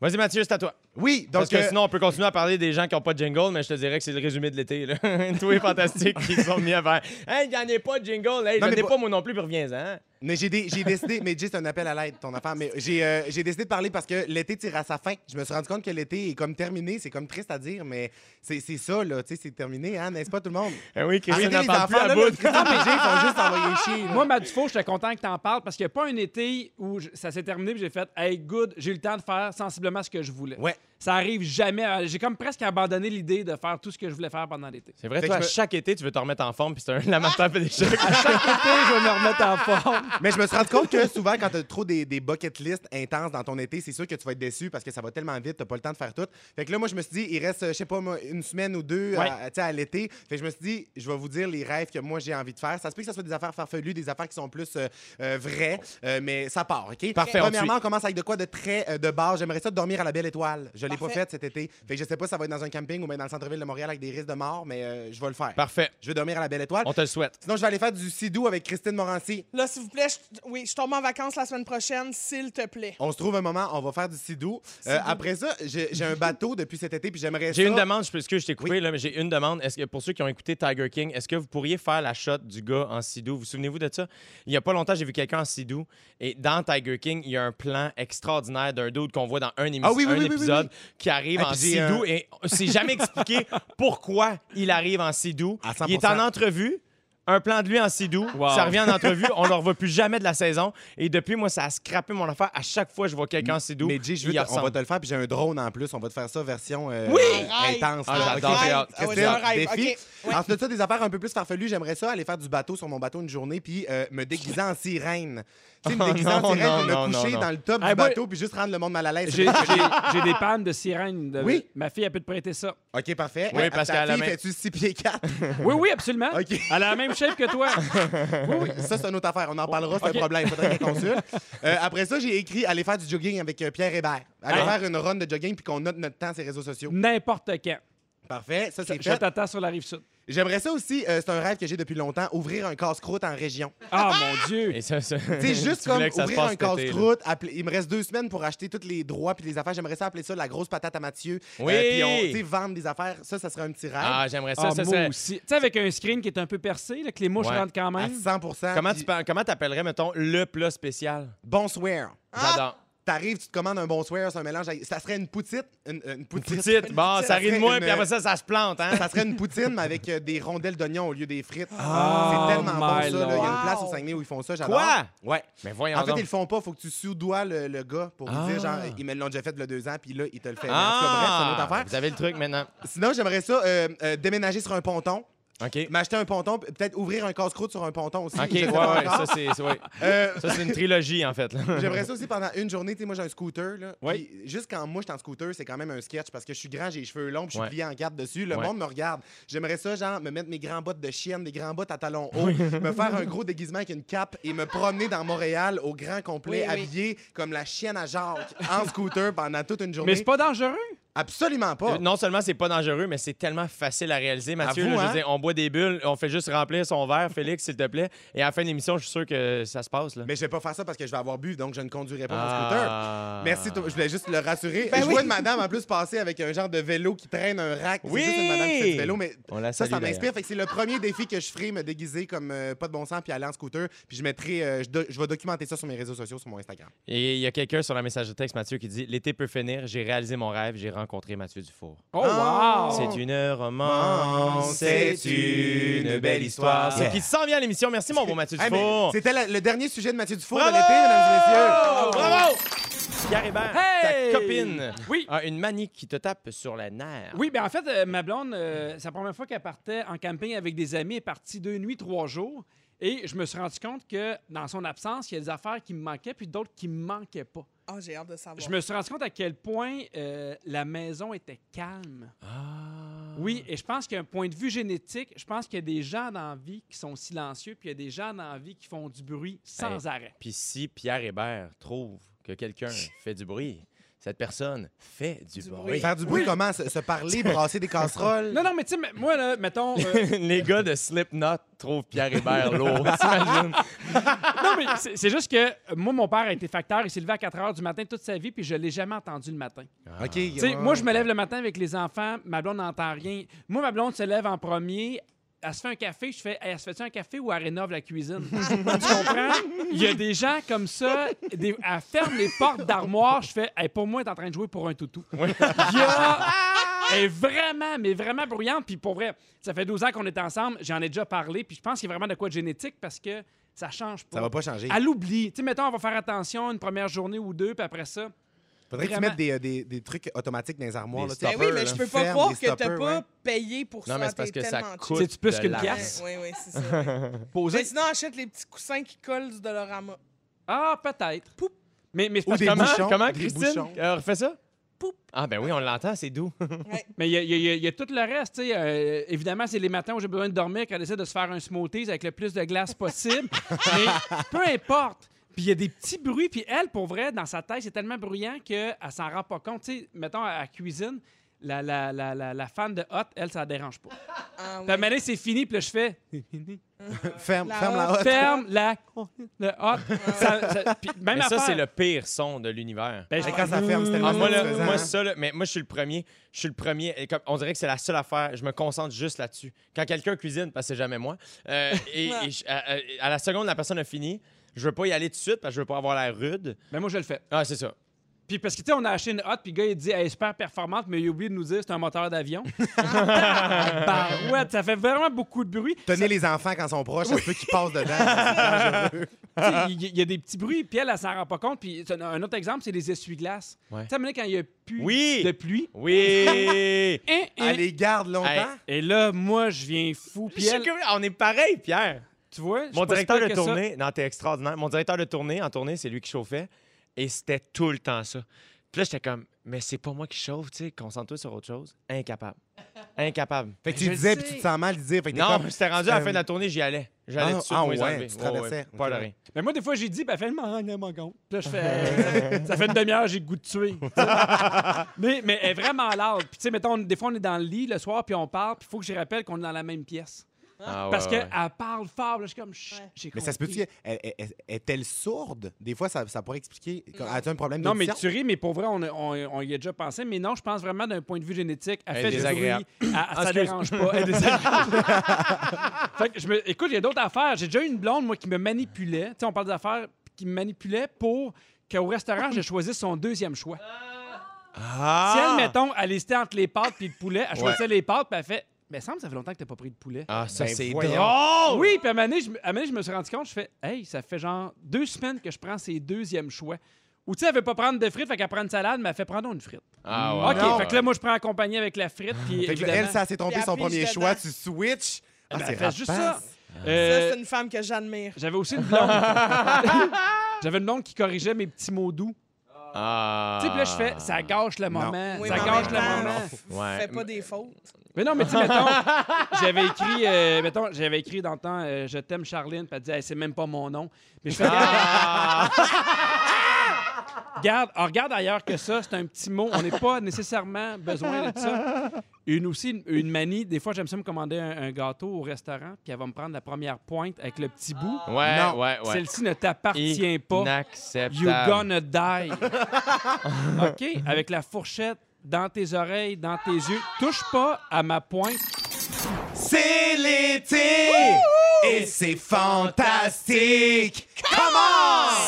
S1: Vas-y, Mathieu, c'est à toi.
S2: Oui, donc.
S1: Parce que
S2: euh,
S1: sinon, on peut continuer à parler des gens qui n'ont pas de jingle, mais je te dirais que c'est le résumé de l'été. là. Tous les fantastiques qui se sont mis à faire Hey, j'en ai pas de jingle, hey, j'en
S2: Non, mais
S1: ai
S2: pas-
S1: pas moi non plus, puis reviens-en.
S2: Mais j'ai dé- j'ai décidé, mais juste un appel à l'aide, ton affaire. Mais j'ai euh, j'ai décidé de parler parce que l'été tire à sa fin. Je me suis rendu compte que l'été est comme terminé. C'est comme triste à dire, mais c'est c'est ça, là. Tu sais, c'est terminé, hein, n'est-ce pas, tout le monde?
S1: Ah oui, Christine
S2: Arrêtez
S1: n'en
S2: les
S1: parle
S2: enfants,
S1: plus à
S2: là.
S1: bout.
S2: Le Christian Pégé, ils font juste envoyer chier. là.
S3: Moi, Matt Dufault, j'étais content que t'en parles parce qu'il n'y a pas un été où je- ça s'est terminé puis j'ai fait Hey, good, j'ai eu le temps de faire sensiblement ce que je voulais.
S2: Ouais.
S3: Ça arrive jamais. Euh, J'ai comme presque abandonné l'idée de faire tout ce que je voulais faire pendant l'été.
S1: C'est vrai,
S2: Fait
S1: toi,
S2: que je
S1: à
S2: me-
S1: chaque été, tu veux te remettre en forme, puis c'est un lamenteur fait des chocs.
S3: L'été, je vais me remettre en forme.
S2: Mais je me suis rendu compte que souvent, quand t'as trop des, des bucket list intenses dans ton été, c'est sûr que tu vas être déçu parce que ça va tellement vite, t'as pas le temps de faire tout. Fait que là, moi, je me suis dit, il reste, euh, je sais pas, moi, une semaine ou deux à-
S3: Ouais.
S2: à, tu sais, à l'été. Fait que je me suis dit, je vais vous dire les rêves que moi, j'ai envie de faire. Ça se peut que ça soit des affaires farfelues, des affaires qui sont plus euh, euh, vraies, euh, mais ça part, OK?
S1: Parfait, on
S2: Premièrement, on, commence avec de quoi de très euh, de base. J'aimerais ça dormir à la belle étoile. Je l'ai pas
S4: Parfait.
S2: fait cet été. Fait que je sais pas si ça va être dans un camping ou bien dans le centre-ville de Montréal avec des risques de mort, mais euh, je vais le faire.
S1: Parfait,
S2: Je vais dormir à la belle étoile.
S1: on te le souhaite.
S2: Sinon, je vais aller faire du sidou avec Christine Morancy.
S4: Là, s'il vous plaît, je... oui, je tombe en vacances la semaine prochaine, s'il te plaît.
S2: On se trouve un moment, on va faire du sidou. Euh, après ça, j'ai j'ai un bateau depuis cet été, puis j'aimerais
S1: J'ai
S2: ça-
S1: une demande, je peux- excuse, je t'ai coupé,
S2: Oui.
S1: là, mais j'ai une demande. Est-ce que pour ceux qui ont écouté Tiger King, est-ce que vous pourriez faire la shot du gars en sidou? Vous vous souvenez-vous de ça? Il y a pas longtemps, j'ai vu quelqu'un en sidou et dans Tiger King, il y a un plan extraordinaire d'un dude qu'on voit dans un, émi-
S2: Ah oui, oui,
S1: un
S2: oui, oui, oui,
S1: épisode
S2: oui.
S1: qui arrive
S2: Ah,
S1: en
S2: puis j'ai
S1: sidou
S2: un-
S1: et c'est jamais expliqué pourquoi il arrive en sidou.
S2: À 100%.
S1: Il est en entrevue. Un plan de lui en sidou,
S3: Wow.
S1: ça revient en entrevue, on ne le revoit plus jamais de la saison. Et depuis, moi, ça a scrappé mon affaire. À chaque fois que je vois quelqu'un en sidou,
S2: Mais Jay, je veux
S1: il
S2: te- on
S1: ressemble.
S2: va te le faire, puis j'ai un drone en plus. On va te faire ça version euh,
S4: Oui!
S2: intense.
S1: Ah,
S2: là.
S1: j'adore,
S2: Ok.
S1: j'ai hâte.
S4: Ah ouais,
S2: Christine,
S4: c'est un rêve,
S2: défi.
S4: ok. Ouais.
S2: Ensuite de ça, des affaires un peu plus farfelues, j'aimerais ça aller faire du bateau sur mon bateau une journée, puis euh, me déguiser en sirène. Tu sais, me
S1: Oh
S2: déguiser
S1: non,
S2: en sirène,
S1: non,
S2: puis
S1: non,
S2: me
S1: non,
S2: coucher
S1: non.
S2: dans le top
S3: Hey, moi-
S2: du bateau, puis juste rendre le monde mal à l'aise.
S3: J'ai j'ai- j'ai des pannes de sirène. de-
S2: Oui.
S3: Ma fille, elle peut te prêter ça.
S2: OK, parfait.
S1: Oui,
S2: Mais
S1: parce
S2: ta
S1: qu'à la
S2: fille,
S1: main-
S2: fais-tu 6 pieds 4?
S3: Oui, oui, absolument.
S2: OK.
S3: Elle a la même chef que toi.
S2: Oui, oui, ça, c'est une autre affaire. On en parlera, c'est
S3: OK.
S2: un problème. Faudrait qu'elle consulte. Euh, après ça, j'ai écrit aller faire du jogging avec euh, Pierre Hébert.
S1: Hein?
S2: Aller
S3: Hey.
S2: faire une run de jogging puis qu'on note notre temps sur les réseaux sociaux.
S3: N'importe quand.
S2: Parfait, ça, c'est
S3: Je
S2: fait.
S3: t'attends sur la rive sud.
S2: J'aimerais ça aussi, euh, c'est un rêve que j'ai depuis longtemps, ouvrir un casse-croûte en région.
S3: Ah, mon Dieu.
S1: Et ça, ça-
S2: C'est juste
S1: tu
S2: comme
S1: voulais que ça se
S2: ouvrir
S1: passe
S2: un
S1: cet été, là.
S2: casse-croûte. appeler- Il me reste deux semaines pour acheter tous les droits puis les affaires. J'aimerais ça appeler ça la grosse patate à Mathieu. Euh,
S1: Oui.
S2: puis on, tu sais, vendre des affaires. Ça, ça serait un petit rêve.
S1: Ah, j'aimerais ça.
S3: Ah,
S1: ça
S3: moi
S1: serait-
S3: aussi. Tu sais, avec un screen qui est un peu percé, là, que les mouches
S1: Ouais. Ah,
S3: rentrent quand
S2: à
S3: même.
S2: 100
S1: Comment
S2: puis
S1: tu pa- comment t'appellerais, mettons, le plat spécial?
S2: Bon swear.
S1: J'adore.
S2: T'arrives, tu te commandes un bon swear, c'est un mélange. avec- Ça serait une poutite. Une, une poutite.
S1: Petite, bon, ça
S2: ça
S1: rit de
S2: serait
S1: moi,
S2: une-
S1: puis après ça, ça se plante, hein?
S2: Ça serait une poutine, mais avec euh, des rondelles d'oignon au lieu des
S1: Oh
S2: frites.
S3: Ah,
S2: c'est tellement bon, ça.
S3: my
S2: là. Il y a
S4: lord.
S2: une place au Saguenay où ils font ça, j'adore.
S1: Quoi?
S2: Ouais.
S1: Mais voyons
S2: En fait,
S1: donc.
S2: ils le font pas. Faut que tu sous-dois le, le gars pour lui
S1: Ah.
S2: dire, genre, ils me l'ont déjà fait le deux ans, puis là, il te le fait. Mais en tout cas, bref, c'est une autre
S1: Ah!
S2: affaire.
S1: Vous avez le truc maintenant.
S2: Sinon, j'aimerais ça euh, euh, déménager sur un ponton.
S1: OK.
S2: M'acheter un ponton, puis peut-être ouvrir un casse-croûte sur un ponton aussi.
S1: OK,
S2: je sais
S1: ouais, ouais,
S2: pas encore.
S1: ça, c'est, c'est- ouais.
S2: Euh,
S1: ça, c'est une trilogie, en fait. là.
S2: J'aimerais ça aussi pendant une journée, tu sais, moi j'ai un scooter là.
S1: Oui.
S2: puis Juste quand moi je suis en scooter, c'est quand même un sketch parce que je suis grand, j'ai les cheveux longs, puis je suis
S1: Ouais.
S2: plié en garde dessus, le
S1: Ouais.
S2: monde me regarde. J'aimerais ça genre me mettre mes grands bottes de chienne, des grands bottes à talons hauts, me faire un gros déguisement avec une cape et me promener dans Montréal au grand complet
S4: Oui, oui.
S2: habillé comme la chienne à Jacques en scooter pendant toute une journée.
S3: Mais c'est pas dangereux.
S2: Absolument pas.
S1: Euh, Non seulement c'est pas dangereux, mais c'est tellement facile à réaliser. Mathieu,
S2: vous,
S1: là, je veux
S2: hein?
S1: dire, on boit des bulles, on fait juste remplir son verre, Félix, s'il te plaît. Et à la fin de l'émission, je suis sûr que ça se passe. Là.
S2: Mais je vais pas faire ça parce que je vais avoir bu donc je ne conduirai pas mon scooter.
S1: Ah.
S2: Merci, toi. je voulais juste le rassurer.
S4: Ben
S2: je vois
S4: oui.
S2: une madame en plus passer avec un genre de vélo qui traîne un rack. C'est
S1: Oui.
S2: juste une madame qui fait du vélo, mais
S1: On la
S2: ça,
S1: salue,
S2: ça m'inspire.
S1: d'ailleurs.
S2: Fait que c'est le premier défi que je ferai, me déguiser comme euh, pas de bon sens puis aller en scooter. Puis je mettrai, euh, je, do- je vais documenter ça sur mes réseaux sociaux, sur mon Instagram.
S1: Et il y a quelqu'un sur la message de texte, Mathieu, qui dit L'été peut finir, j'ai réalisé mon rêve, j'ai rencontré Mathieu Dufour.
S3: Oh,
S2: Ah.
S3: wow!
S1: C'est une romance, c'est une belle histoire.
S2: Yeah.
S1: Ce qui s'en vient à l'émission. Merci, mon bon Mathieu
S2: Hey, mais
S1: Dufour.
S2: C'était la- le dernier sujet de Mathieu Dufour
S1: Bravo!
S2: de l'été, mesdames et messieurs.
S1: Bravo! Pierre Hébert,
S3: Hey!
S1: ta copine
S3: Oui.
S1: a une manie qui te tape sur la nerf.
S3: Oui, bien en fait, euh, ma blonde, euh, c'est la première fois qu'elle partait en campagne avec des amis, elle est partie deux nuits, trois jours. Et je me suis rendu compte que dans son absence, il y a des affaires qui me manquaient, puis d'autres qui me manquaient pas.
S4: Ah, j'ai hâte de savoir.
S3: Je me suis rendu compte à quel point euh, la maison était calme. Oui, et je pense qu'il y a un point de vue génétique. Je pense qu'il y a des gens dans la vie qui sont silencieux, puis il y a des gens dans la vie qui font du bruit sans
S1: Hey.
S3: arrêt.
S1: Puis si Pierre Hébert trouve que quelqu'un fait du bruit, cette personne fait du,
S4: Du
S1: bruit.
S4: bruit.
S2: Faire du bruit, comment se, se parler, brasser des casseroles.
S3: Non, non, mais tu sais, mais moi, là, mettons. euh,
S1: Les gars de Slipknot trouvent Pierre Hébert lourd. T'imagines?
S3: non, mais c'est c'est juste que euh, moi, mon père a été facteur. Il s'est levé à 4 h du matin toute sa vie, puis je l'ai jamais entendu le matin.
S1: Ah.
S2: Ok. euh,
S3: Tu sais,
S2: ouais.
S3: moi, je me lève le matin avec les enfants, ma blonde n'entend rien. Moi, ma blonde se lève en premier. Elle se fait un café, je fais, Hey, elle se fait un café ou elle rénove la cuisine? tu comprends? Il y a des gens comme ça, des, elle ferme les portes d'armoire, je fais, Hey, pour moi, elle est en train de jouer pour un toutou. Il y a- Elle est vraiment, mais vraiment bruyante. Puis pour vrai, ça fait 12 ans qu'on est ensemble, j'en ai déjà parlé, puis je pense qu'il y a vraiment de quoi de génétique parce que ça change pas.
S2: Ça va pas changer.
S1: Ah,
S3: Elle oublie. Tu sais, mettons, on va faire attention une première journée ou deux, puis après ça,
S2: Faudrait que tu
S3: vraiment-
S2: mettes des, euh, des- des trucs automatiques dans les armoires.
S1: Des
S2: là, tu sais.
S4: Ben oui, mais je peux pas
S2: Ferme
S4: croire
S2: les
S4: que t'as
S2: stoppers,
S4: pas
S2: ouais.
S4: payé pour
S1: Non,
S4: ça.
S1: mais c'est parce
S4: t'es
S1: que ça
S4: tellement
S1: coûte.
S3: C'est-tu plus
S1: de
S3: qu'une
S1: l'argent.
S4: cheap.
S3: pièce?
S4: Ouais, oui, oui, c'est ça. ouais.
S3: poser.
S4: Mais sinon, achète les petits coussins qui collent du Dolorama.
S3: Ah, peut-être.
S4: Poup.
S3: Mais, mais c'est
S2: Ou
S3: parce
S2: des
S3: que-
S1: Comment,
S2: bouchons,
S1: comment
S2: des
S1: Christine
S2: bouchons.
S1: euh, refait ça?
S4: Poup.
S1: Ah ben oui, on l'entend, c'est doux.
S4: Ouais.
S3: mais il y, a- il y a- il y a- il y a tout le reste. tu sais, euh, évidemment, c'est les matins où j'ai besoin de dormir qu'elle essaie de se faire un smoothie avec le plus de glace possible. mais peu importe. Puis il y a des petits bruits. Puis elle, pour vrai, dans sa tête, c'est tellement bruyant qu'elle s'en rend pas compte. Tu sais, mettons, à la cuisine, la, la, la, la, la fan de hot, elle, ça la dérange pas.
S4: Ah,
S3: Puis à un
S4: oui.
S3: moment donné, c'est fini. Puis là, je fais...
S2: Ferme,
S4: La
S2: ferme la
S4: hotte.
S2: hotte.
S3: Ferme la...
S2: Oh,
S3: Le hot. Ça- ça- puis même
S1: Mais ça,
S3: affaire.
S1: c'est le pire son de l'univers.
S3: Ben, je-
S2: Et quand ça ferme, c'est
S1: Ah,
S2: tellement
S1: moi, là,
S2: satisfaisant,
S1: moi,
S2: hein.
S1: ça, là, mais moi, je suis le premier. Je suis le premier. Et comme- on dirait que c'est la seule affaire. Je me concentre juste là-dessus. Quand quelqu'un cuisine, parce que c'est jamais moi, euh, et, et je- à, à- à la seconde, la personne a fini. Je veux pas y aller tout de suite parce que je veux pas avoir l'air rude.
S3: Ben, moi, je le fais.
S1: Ah, c'est ça.
S3: Puis parce que, tu sais, on a acheté une hotte, puis le gars, il dit, elle est super performante, mais il a oublié de nous dire c'est un moteur d'avion. bah ouais, ça fait vraiment beaucoup de bruit.
S2: Tenez les enfants quand ils sont proches, ça se peut qu'ils passent dedans. C'est dangereux.
S3: Tu sais, Il y, il y a des petits bruits, puis elle, elle s'en rend pas compte. Puis c'est un- un autre exemple, c'est les essuie-glaces.
S1: Ouais.
S3: Tu sais, à un moment donné, quand il y a plus
S1: Oui!
S3: de pluie,
S1: Oui!
S3: hein, hein,
S2: Elle les garde longtemps.
S1: Hey.
S3: et là, moi, je viens fou.
S1: Je
S3: Puis
S1: sais
S3: elle,
S1: que- on est pareil, Pierre.
S3: tu vois, je suis
S1: Mon
S3: pas
S1: directeur
S3: si pire
S1: de
S3: que ça.
S1: tournée, non, t'es extraordinaire. Mon directeur de tournée, en tournée, c'est lui qui chauffait. Et c'était tout le temps ça. Puis là, j'étais comme, mais c'est pas moi qui chauffe, tu sais, concentre-toi sur autre chose. Incapable. Incapable.
S2: Fait que
S3: Je
S2: tu
S3: le
S2: disais,
S3: sais.
S2: puis tu te sens mal de dire. Fait que t'es
S1: Non,
S2: comme-
S1: j'étais rendu à la
S2: euh,
S1: fin de la tournée, j'y allais. J'allais
S2: Ah,
S1: dessus
S2: ah
S1: pour les
S2: ouais,
S1: enlever.
S2: tu
S1: Ouais, ouais,
S2: traversais,
S1: Pas
S2: ok.
S1: de rien.
S3: Mais moi, des fois, j'ai dit, ben, fais le m'en mon compte. Puis là, je fais, ça, fait, ça fait une demi-heure, j'ai le goût de tuer. mais, mais elle est vraiment large. Puis, tu sais, mettons, des fois, on est dans le lit le soir, puis on parle, puis il faut que je rappelle qu'on est dans la même pièce.
S1: Ah, ouais,
S3: Parce
S1: ouais, ouais.
S3: qu'elle parle fort, là, je suis comme, Chut, j'ai
S2: Mais ça se
S3: compris.
S2: peut-tu. elle- elle- elle- Est-elle sourde? Des fois, ça, ça pourrait expliquer. As-tu un problème
S3: Non, mais
S2: d'audition?
S3: tu ris, mais pour vrai, on, a- on- on y a déjà pensé. Mais non, je pense vraiment d'un point de vue génétique. Elle Ah,
S1: Elle est
S3: fait du bruit,
S1: désagréable.
S3: elle- elle- ça
S1: Excuse.
S3: dérange pas. Elle est désagréable. fait que je me- écoute, il y a d'autres affaires. J'ai déjà eu une blonde, moi, qui me manipulait. Tu sais, on parle d'affaires qui me manipulait pour qu'au restaurant, je choisisse son deuxième choix. Si
S1: Ah!
S3: elle, mettons, elle hésitait entre les pâtes puis le poulet, elle choisissait les pâtes, puis elle fait Mais semble que ça fait longtemps que t'as pas pris de poulet.
S1: Ah, ça,
S2: Ben,
S1: c'est
S2: voyons.
S1: drôle!
S3: Oh! Oui, puis à un moment donné, je, me- à un moment donné, je me suis rendu compte, je fais Hey, ça fait genre deux semaines que je prends ses deuxièmes choix. Ou tu sais, elle veut pas prendre de frites, fait qu'elle prend une salade, mais elle fait prendre une frite.
S1: Ah,
S3: OK,
S1: ouais, ouais,
S3: fait que là, moi, je prends accompagné avec la frite, puis
S2: Fait que là, elle,
S3: évidemment-
S2: ça s'est trompé
S4: Puis
S2: son
S4: elle pige
S2: premier
S4: dedans.
S2: choix. Tu switches.
S3: ben,
S2: c'est
S3: elle fait juste ça.
S2: rapace.
S3: Euh,
S4: Ça, c'est une femme que j'admire.
S3: J'avais aussi une blonde. J'avais une blonde qui corrigeait mes petits mots doux.
S1: Ah.
S3: Tu sais, puis là, je fais,
S2: Ah.
S3: ça gâche le moment.
S4: Oui,
S3: ça
S4: mais en même
S3: gâche le
S4: temps, hein.
S3: moment.
S4: f-
S1: Ouais.
S4: Fais pas des fautes.
S3: Mais non, mais tu sais, mettons, j'avais écrit, euh, mettons, j'avais écrit dans le temps, euh, je t'aime Charline, puis elle disait, Hey, c'est même pas mon nom. Mais je fais,
S1: Ah.
S3: regarde, ah, regarde ailleurs que ça, c'est un petit mot, on n'est pas nécessairement besoin de ça. Une aussi, une, une manie, des fois, j'aime ça me commander un, un gâteau au restaurant, puis elle va me prendre la première pointe avec le petit bout.
S1: Ouais,
S2: Non,
S1: Ah, ouais, ouais.
S3: Celle-ci ne t'appartient pas.
S1: Inacceptable.
S3: You gonna die. OK, avec la fourchette dans tes oreilles, dans tes yeux. Touche pas à ma pointe.
S2: C'est l'été et c'est fantastique. Come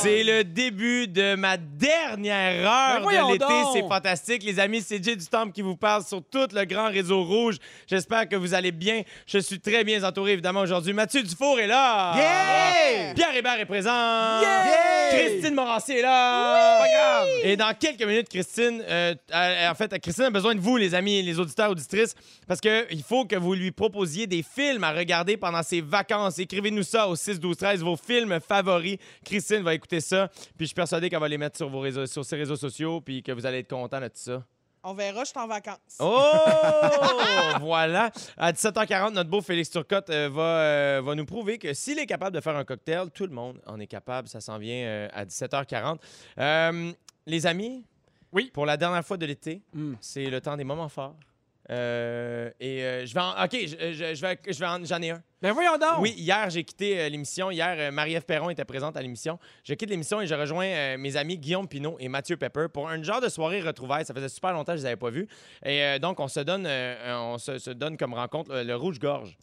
S1: C'est le début de ma dernière
S3: Ben
S1: heure
S3: voyons
S1: de l'été.
S3: donc!
S1: C'est fantastique, les amis. C'est Jay du Temple qui vous parle sur tout le grand réseau rouge. J'espère que vous allez bien. Je suis très bien entouré, évidemment, aujourd'hui. Mathieu Dufour est là.
S2: Yeah!
S1: Pierre Hébert est présent.
S2: Yeah!
S1: Christine Morancier est là. Pas grave. Et dans quelques minutes, Christine, euh, elle- en fait, Christine a besoin de vous, les amis, les auditeurs, auditrices, parce que il faut que vous lui proposiez des films à regarder pendant ses vacances. Écrivez-nous ça au 6 12 13 vos films favoris. Christine va écouter ça, puis je suis persuadé qu'elle va les mettre sur vos réseaux, sur ses réseaux sociaux, puis que vous allez être content de tout ça.
S4: On verra, je suis en vacances.
S3: Oh!
S1: Oh! voilà. À 17h40, notre beau Félix Turcotte euh, va, euh, va nous prouver que s'il est capable de faire un cocktail, tout le monde en est capable. Ça s'en vient euh, à 17h40. Euh, les amis,
S3: Oui.
S1: pour la dernière fois de l'été,
S3: Hmm.
S1: c'est le temps des moments forts. Euh, et euh, je vais en- OK, je, je- je vais, je vais en- j'en ai un.
S3: Ben voyons donc.
S1: Oui, hier, j'ai quitté euh, l'émission. Hier, euh, Marie-Ève Perron était présente à l'émission. Je quitte l'émission et je rejoins euh, mes amis Guillaume Pinot et Mathieu Pepper pour un genre de soirée retrouvaille. Ça faisait super longtemps que je les avais pas vus. Et euh, donc, on se donne, euh, on se, se donne comme rencontre euh, le Rouge-Gorge.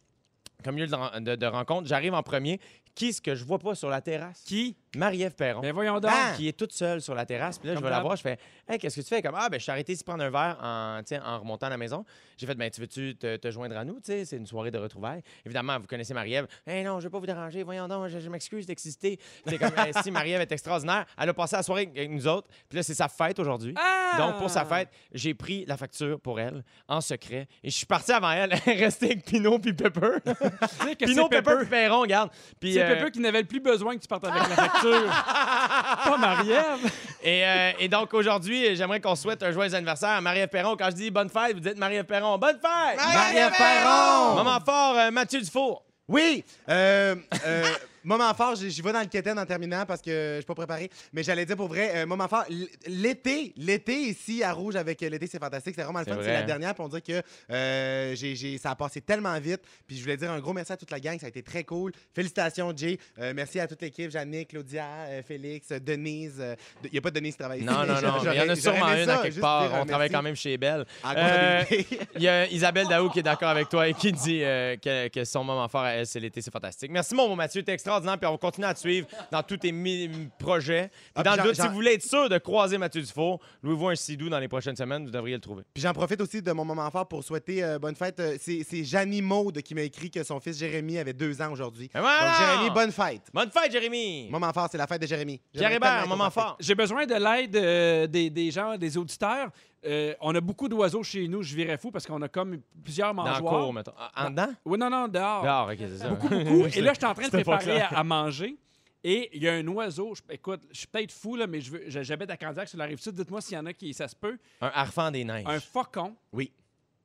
S1: Comme lieu de, ren- de- de rencontre, j'arrive en premier. Qui est-ce que je vois pas sur la terrasse?
S3: Qui?
S1: Marie-Ève Perron
S3: Ben voyons donc.
S2: Ah!
S1: qui est toute seule sur la terrasse. Puis là, je
S3: Comme
S1: vais la
S3: d'hab.
S1: voir, je fais Hey, qu'est-ce que tu fais? Comme Ah, ben, je suis arrêté ici prendre un verre en, tu sais, en remontant à la maison. J'ai fait Ben, tu veux-tu te, te joindre à nous? Tu sais, C'est une soirée de retrouvailles. Évidemment, vous connaissez Marie-Ève. Hey, non, je veux pas vous déranger. Voyons donc, je, je m'excuse d'exister. C'est comme Eh, si Marie-Ève est extraordinaire. Elle a passé la soirée avec nous autres. Puis là, c'est sa fête aujourd'hui.
S3: Ah!
S1: Donc, pour sa fête, j'ai pris la facture pour elle en secret et je suis parti avant elle, rester avec Pinot puis Pepper.
S3: Tu sais que
S1: Pinot,
S3: c'est
S1: Pepper,
S3: Pepper.
S1: puis Perron, regarde. Puis,
S3: C'est
S1: euh,
S3: Pepper qui n'avait le plus besoin que tu partes avec la facture. pas Marie-Ève.
S1: Et, euh, et donc aujourd'hui, euh, j'aimerais qu'on souhaite un joyeux anniversaire à Marie-Ève Perron. Quand je dis bonne fête, vous dites Marie-Ève Perron. Bonne fête!
S2: Marie-Ève Perron!
S1: Moment fort, euh, Mathieu Dufour.
S2: Oui! Euh, euh, moment fort, j'y j'y vais dans le quétaine en terminant parce que je suis pas préparé. Mais j'allais dire pour vrai, euh, moment fort, l- l'été, l'été ici à Rouge avec euh, l'été, c'est fantastique. C'est vraiment le
S1: C'est
S2: fun.
S1: vrai. hein?
S2: C'est la dernière pour dire que euh, j'ai- j'ai- ça a passé tellement vite. Puis je voulais dire un gros merci à toute la gang. Ça a été très cool. Félicitations, Jay. Euh, merci à toute l'équipe. Jannick, Claudia, euh, Félix, euh, Denise. Il n'y a pas de Denise qui travaille ici.
S1: Non, non, non. mais Il y en a sûrement une à quelque part. On travaille quand même chez Belle. Euh, Il y a Isabelle Daou qui est d'accord avec toi et qui dit euh, que, que son moment fort à elle, c'est l'été, c'est fantastique. Merci, mon beau Mathieu. T'es extraordinaire. Puis on continue à te suivre dans tous tes mi- mi- projets. Puis
S2: Ah,
S1: dans le
S2: puis j'en-
S1: doute, si
S2: j'en-
S1: vous voulez être sûr de croiser Mathieu Dufour, louez-vous un sidou dans les prochaines semaines. Vous devriez le trouver.
S2: Puis j'en profite aussi de mon moment fort pour souhaiter euh, bonne fête. Euh, C'est c'est Janie Maude qui m'a écrit que son fils Jérémy avait deux ans aujourd'hui.
S1: Mais voilà!
S2: Donc Jérémy, bonne fête.
S1: Bonne fête, Jérémy.
S2: Moment fort, c'est la fête de Jérémy.
S1: Pierre
S2: J'aimerais tellement
S1: Hébert,
S2: être
S1: moment
S2: au party.
S1: fort.
S3: J'ai besoin de l'aide euh, des, des gens, des auditeurs. Euh, on a beaucoup d'oiseaux chez nous, je virais fou parce qu'on a comme plusieurs
S1: Dans le Ah.
S3: mangeoires.
S1: cours, mettons. Ah, En en dedans?
S3: Oui, non, non, dehors.
S1: Dehors, ok, c'est ça.
S3: Beaucoup, beaucoup. Et là, je suis en train de
S1: C'était pas
S3: préparer
S1: clair.
S3: à, à manger. Et il y a un oiseau. je- écoute, je suis peut-être fou, là, mais je veux- je- j'habite à Candiac sur la rive sud. Dites-moi s'il y en a qui, ça se peut.
S1: Un harfan des neiges.
S3: Un faucon.
S2: Oui.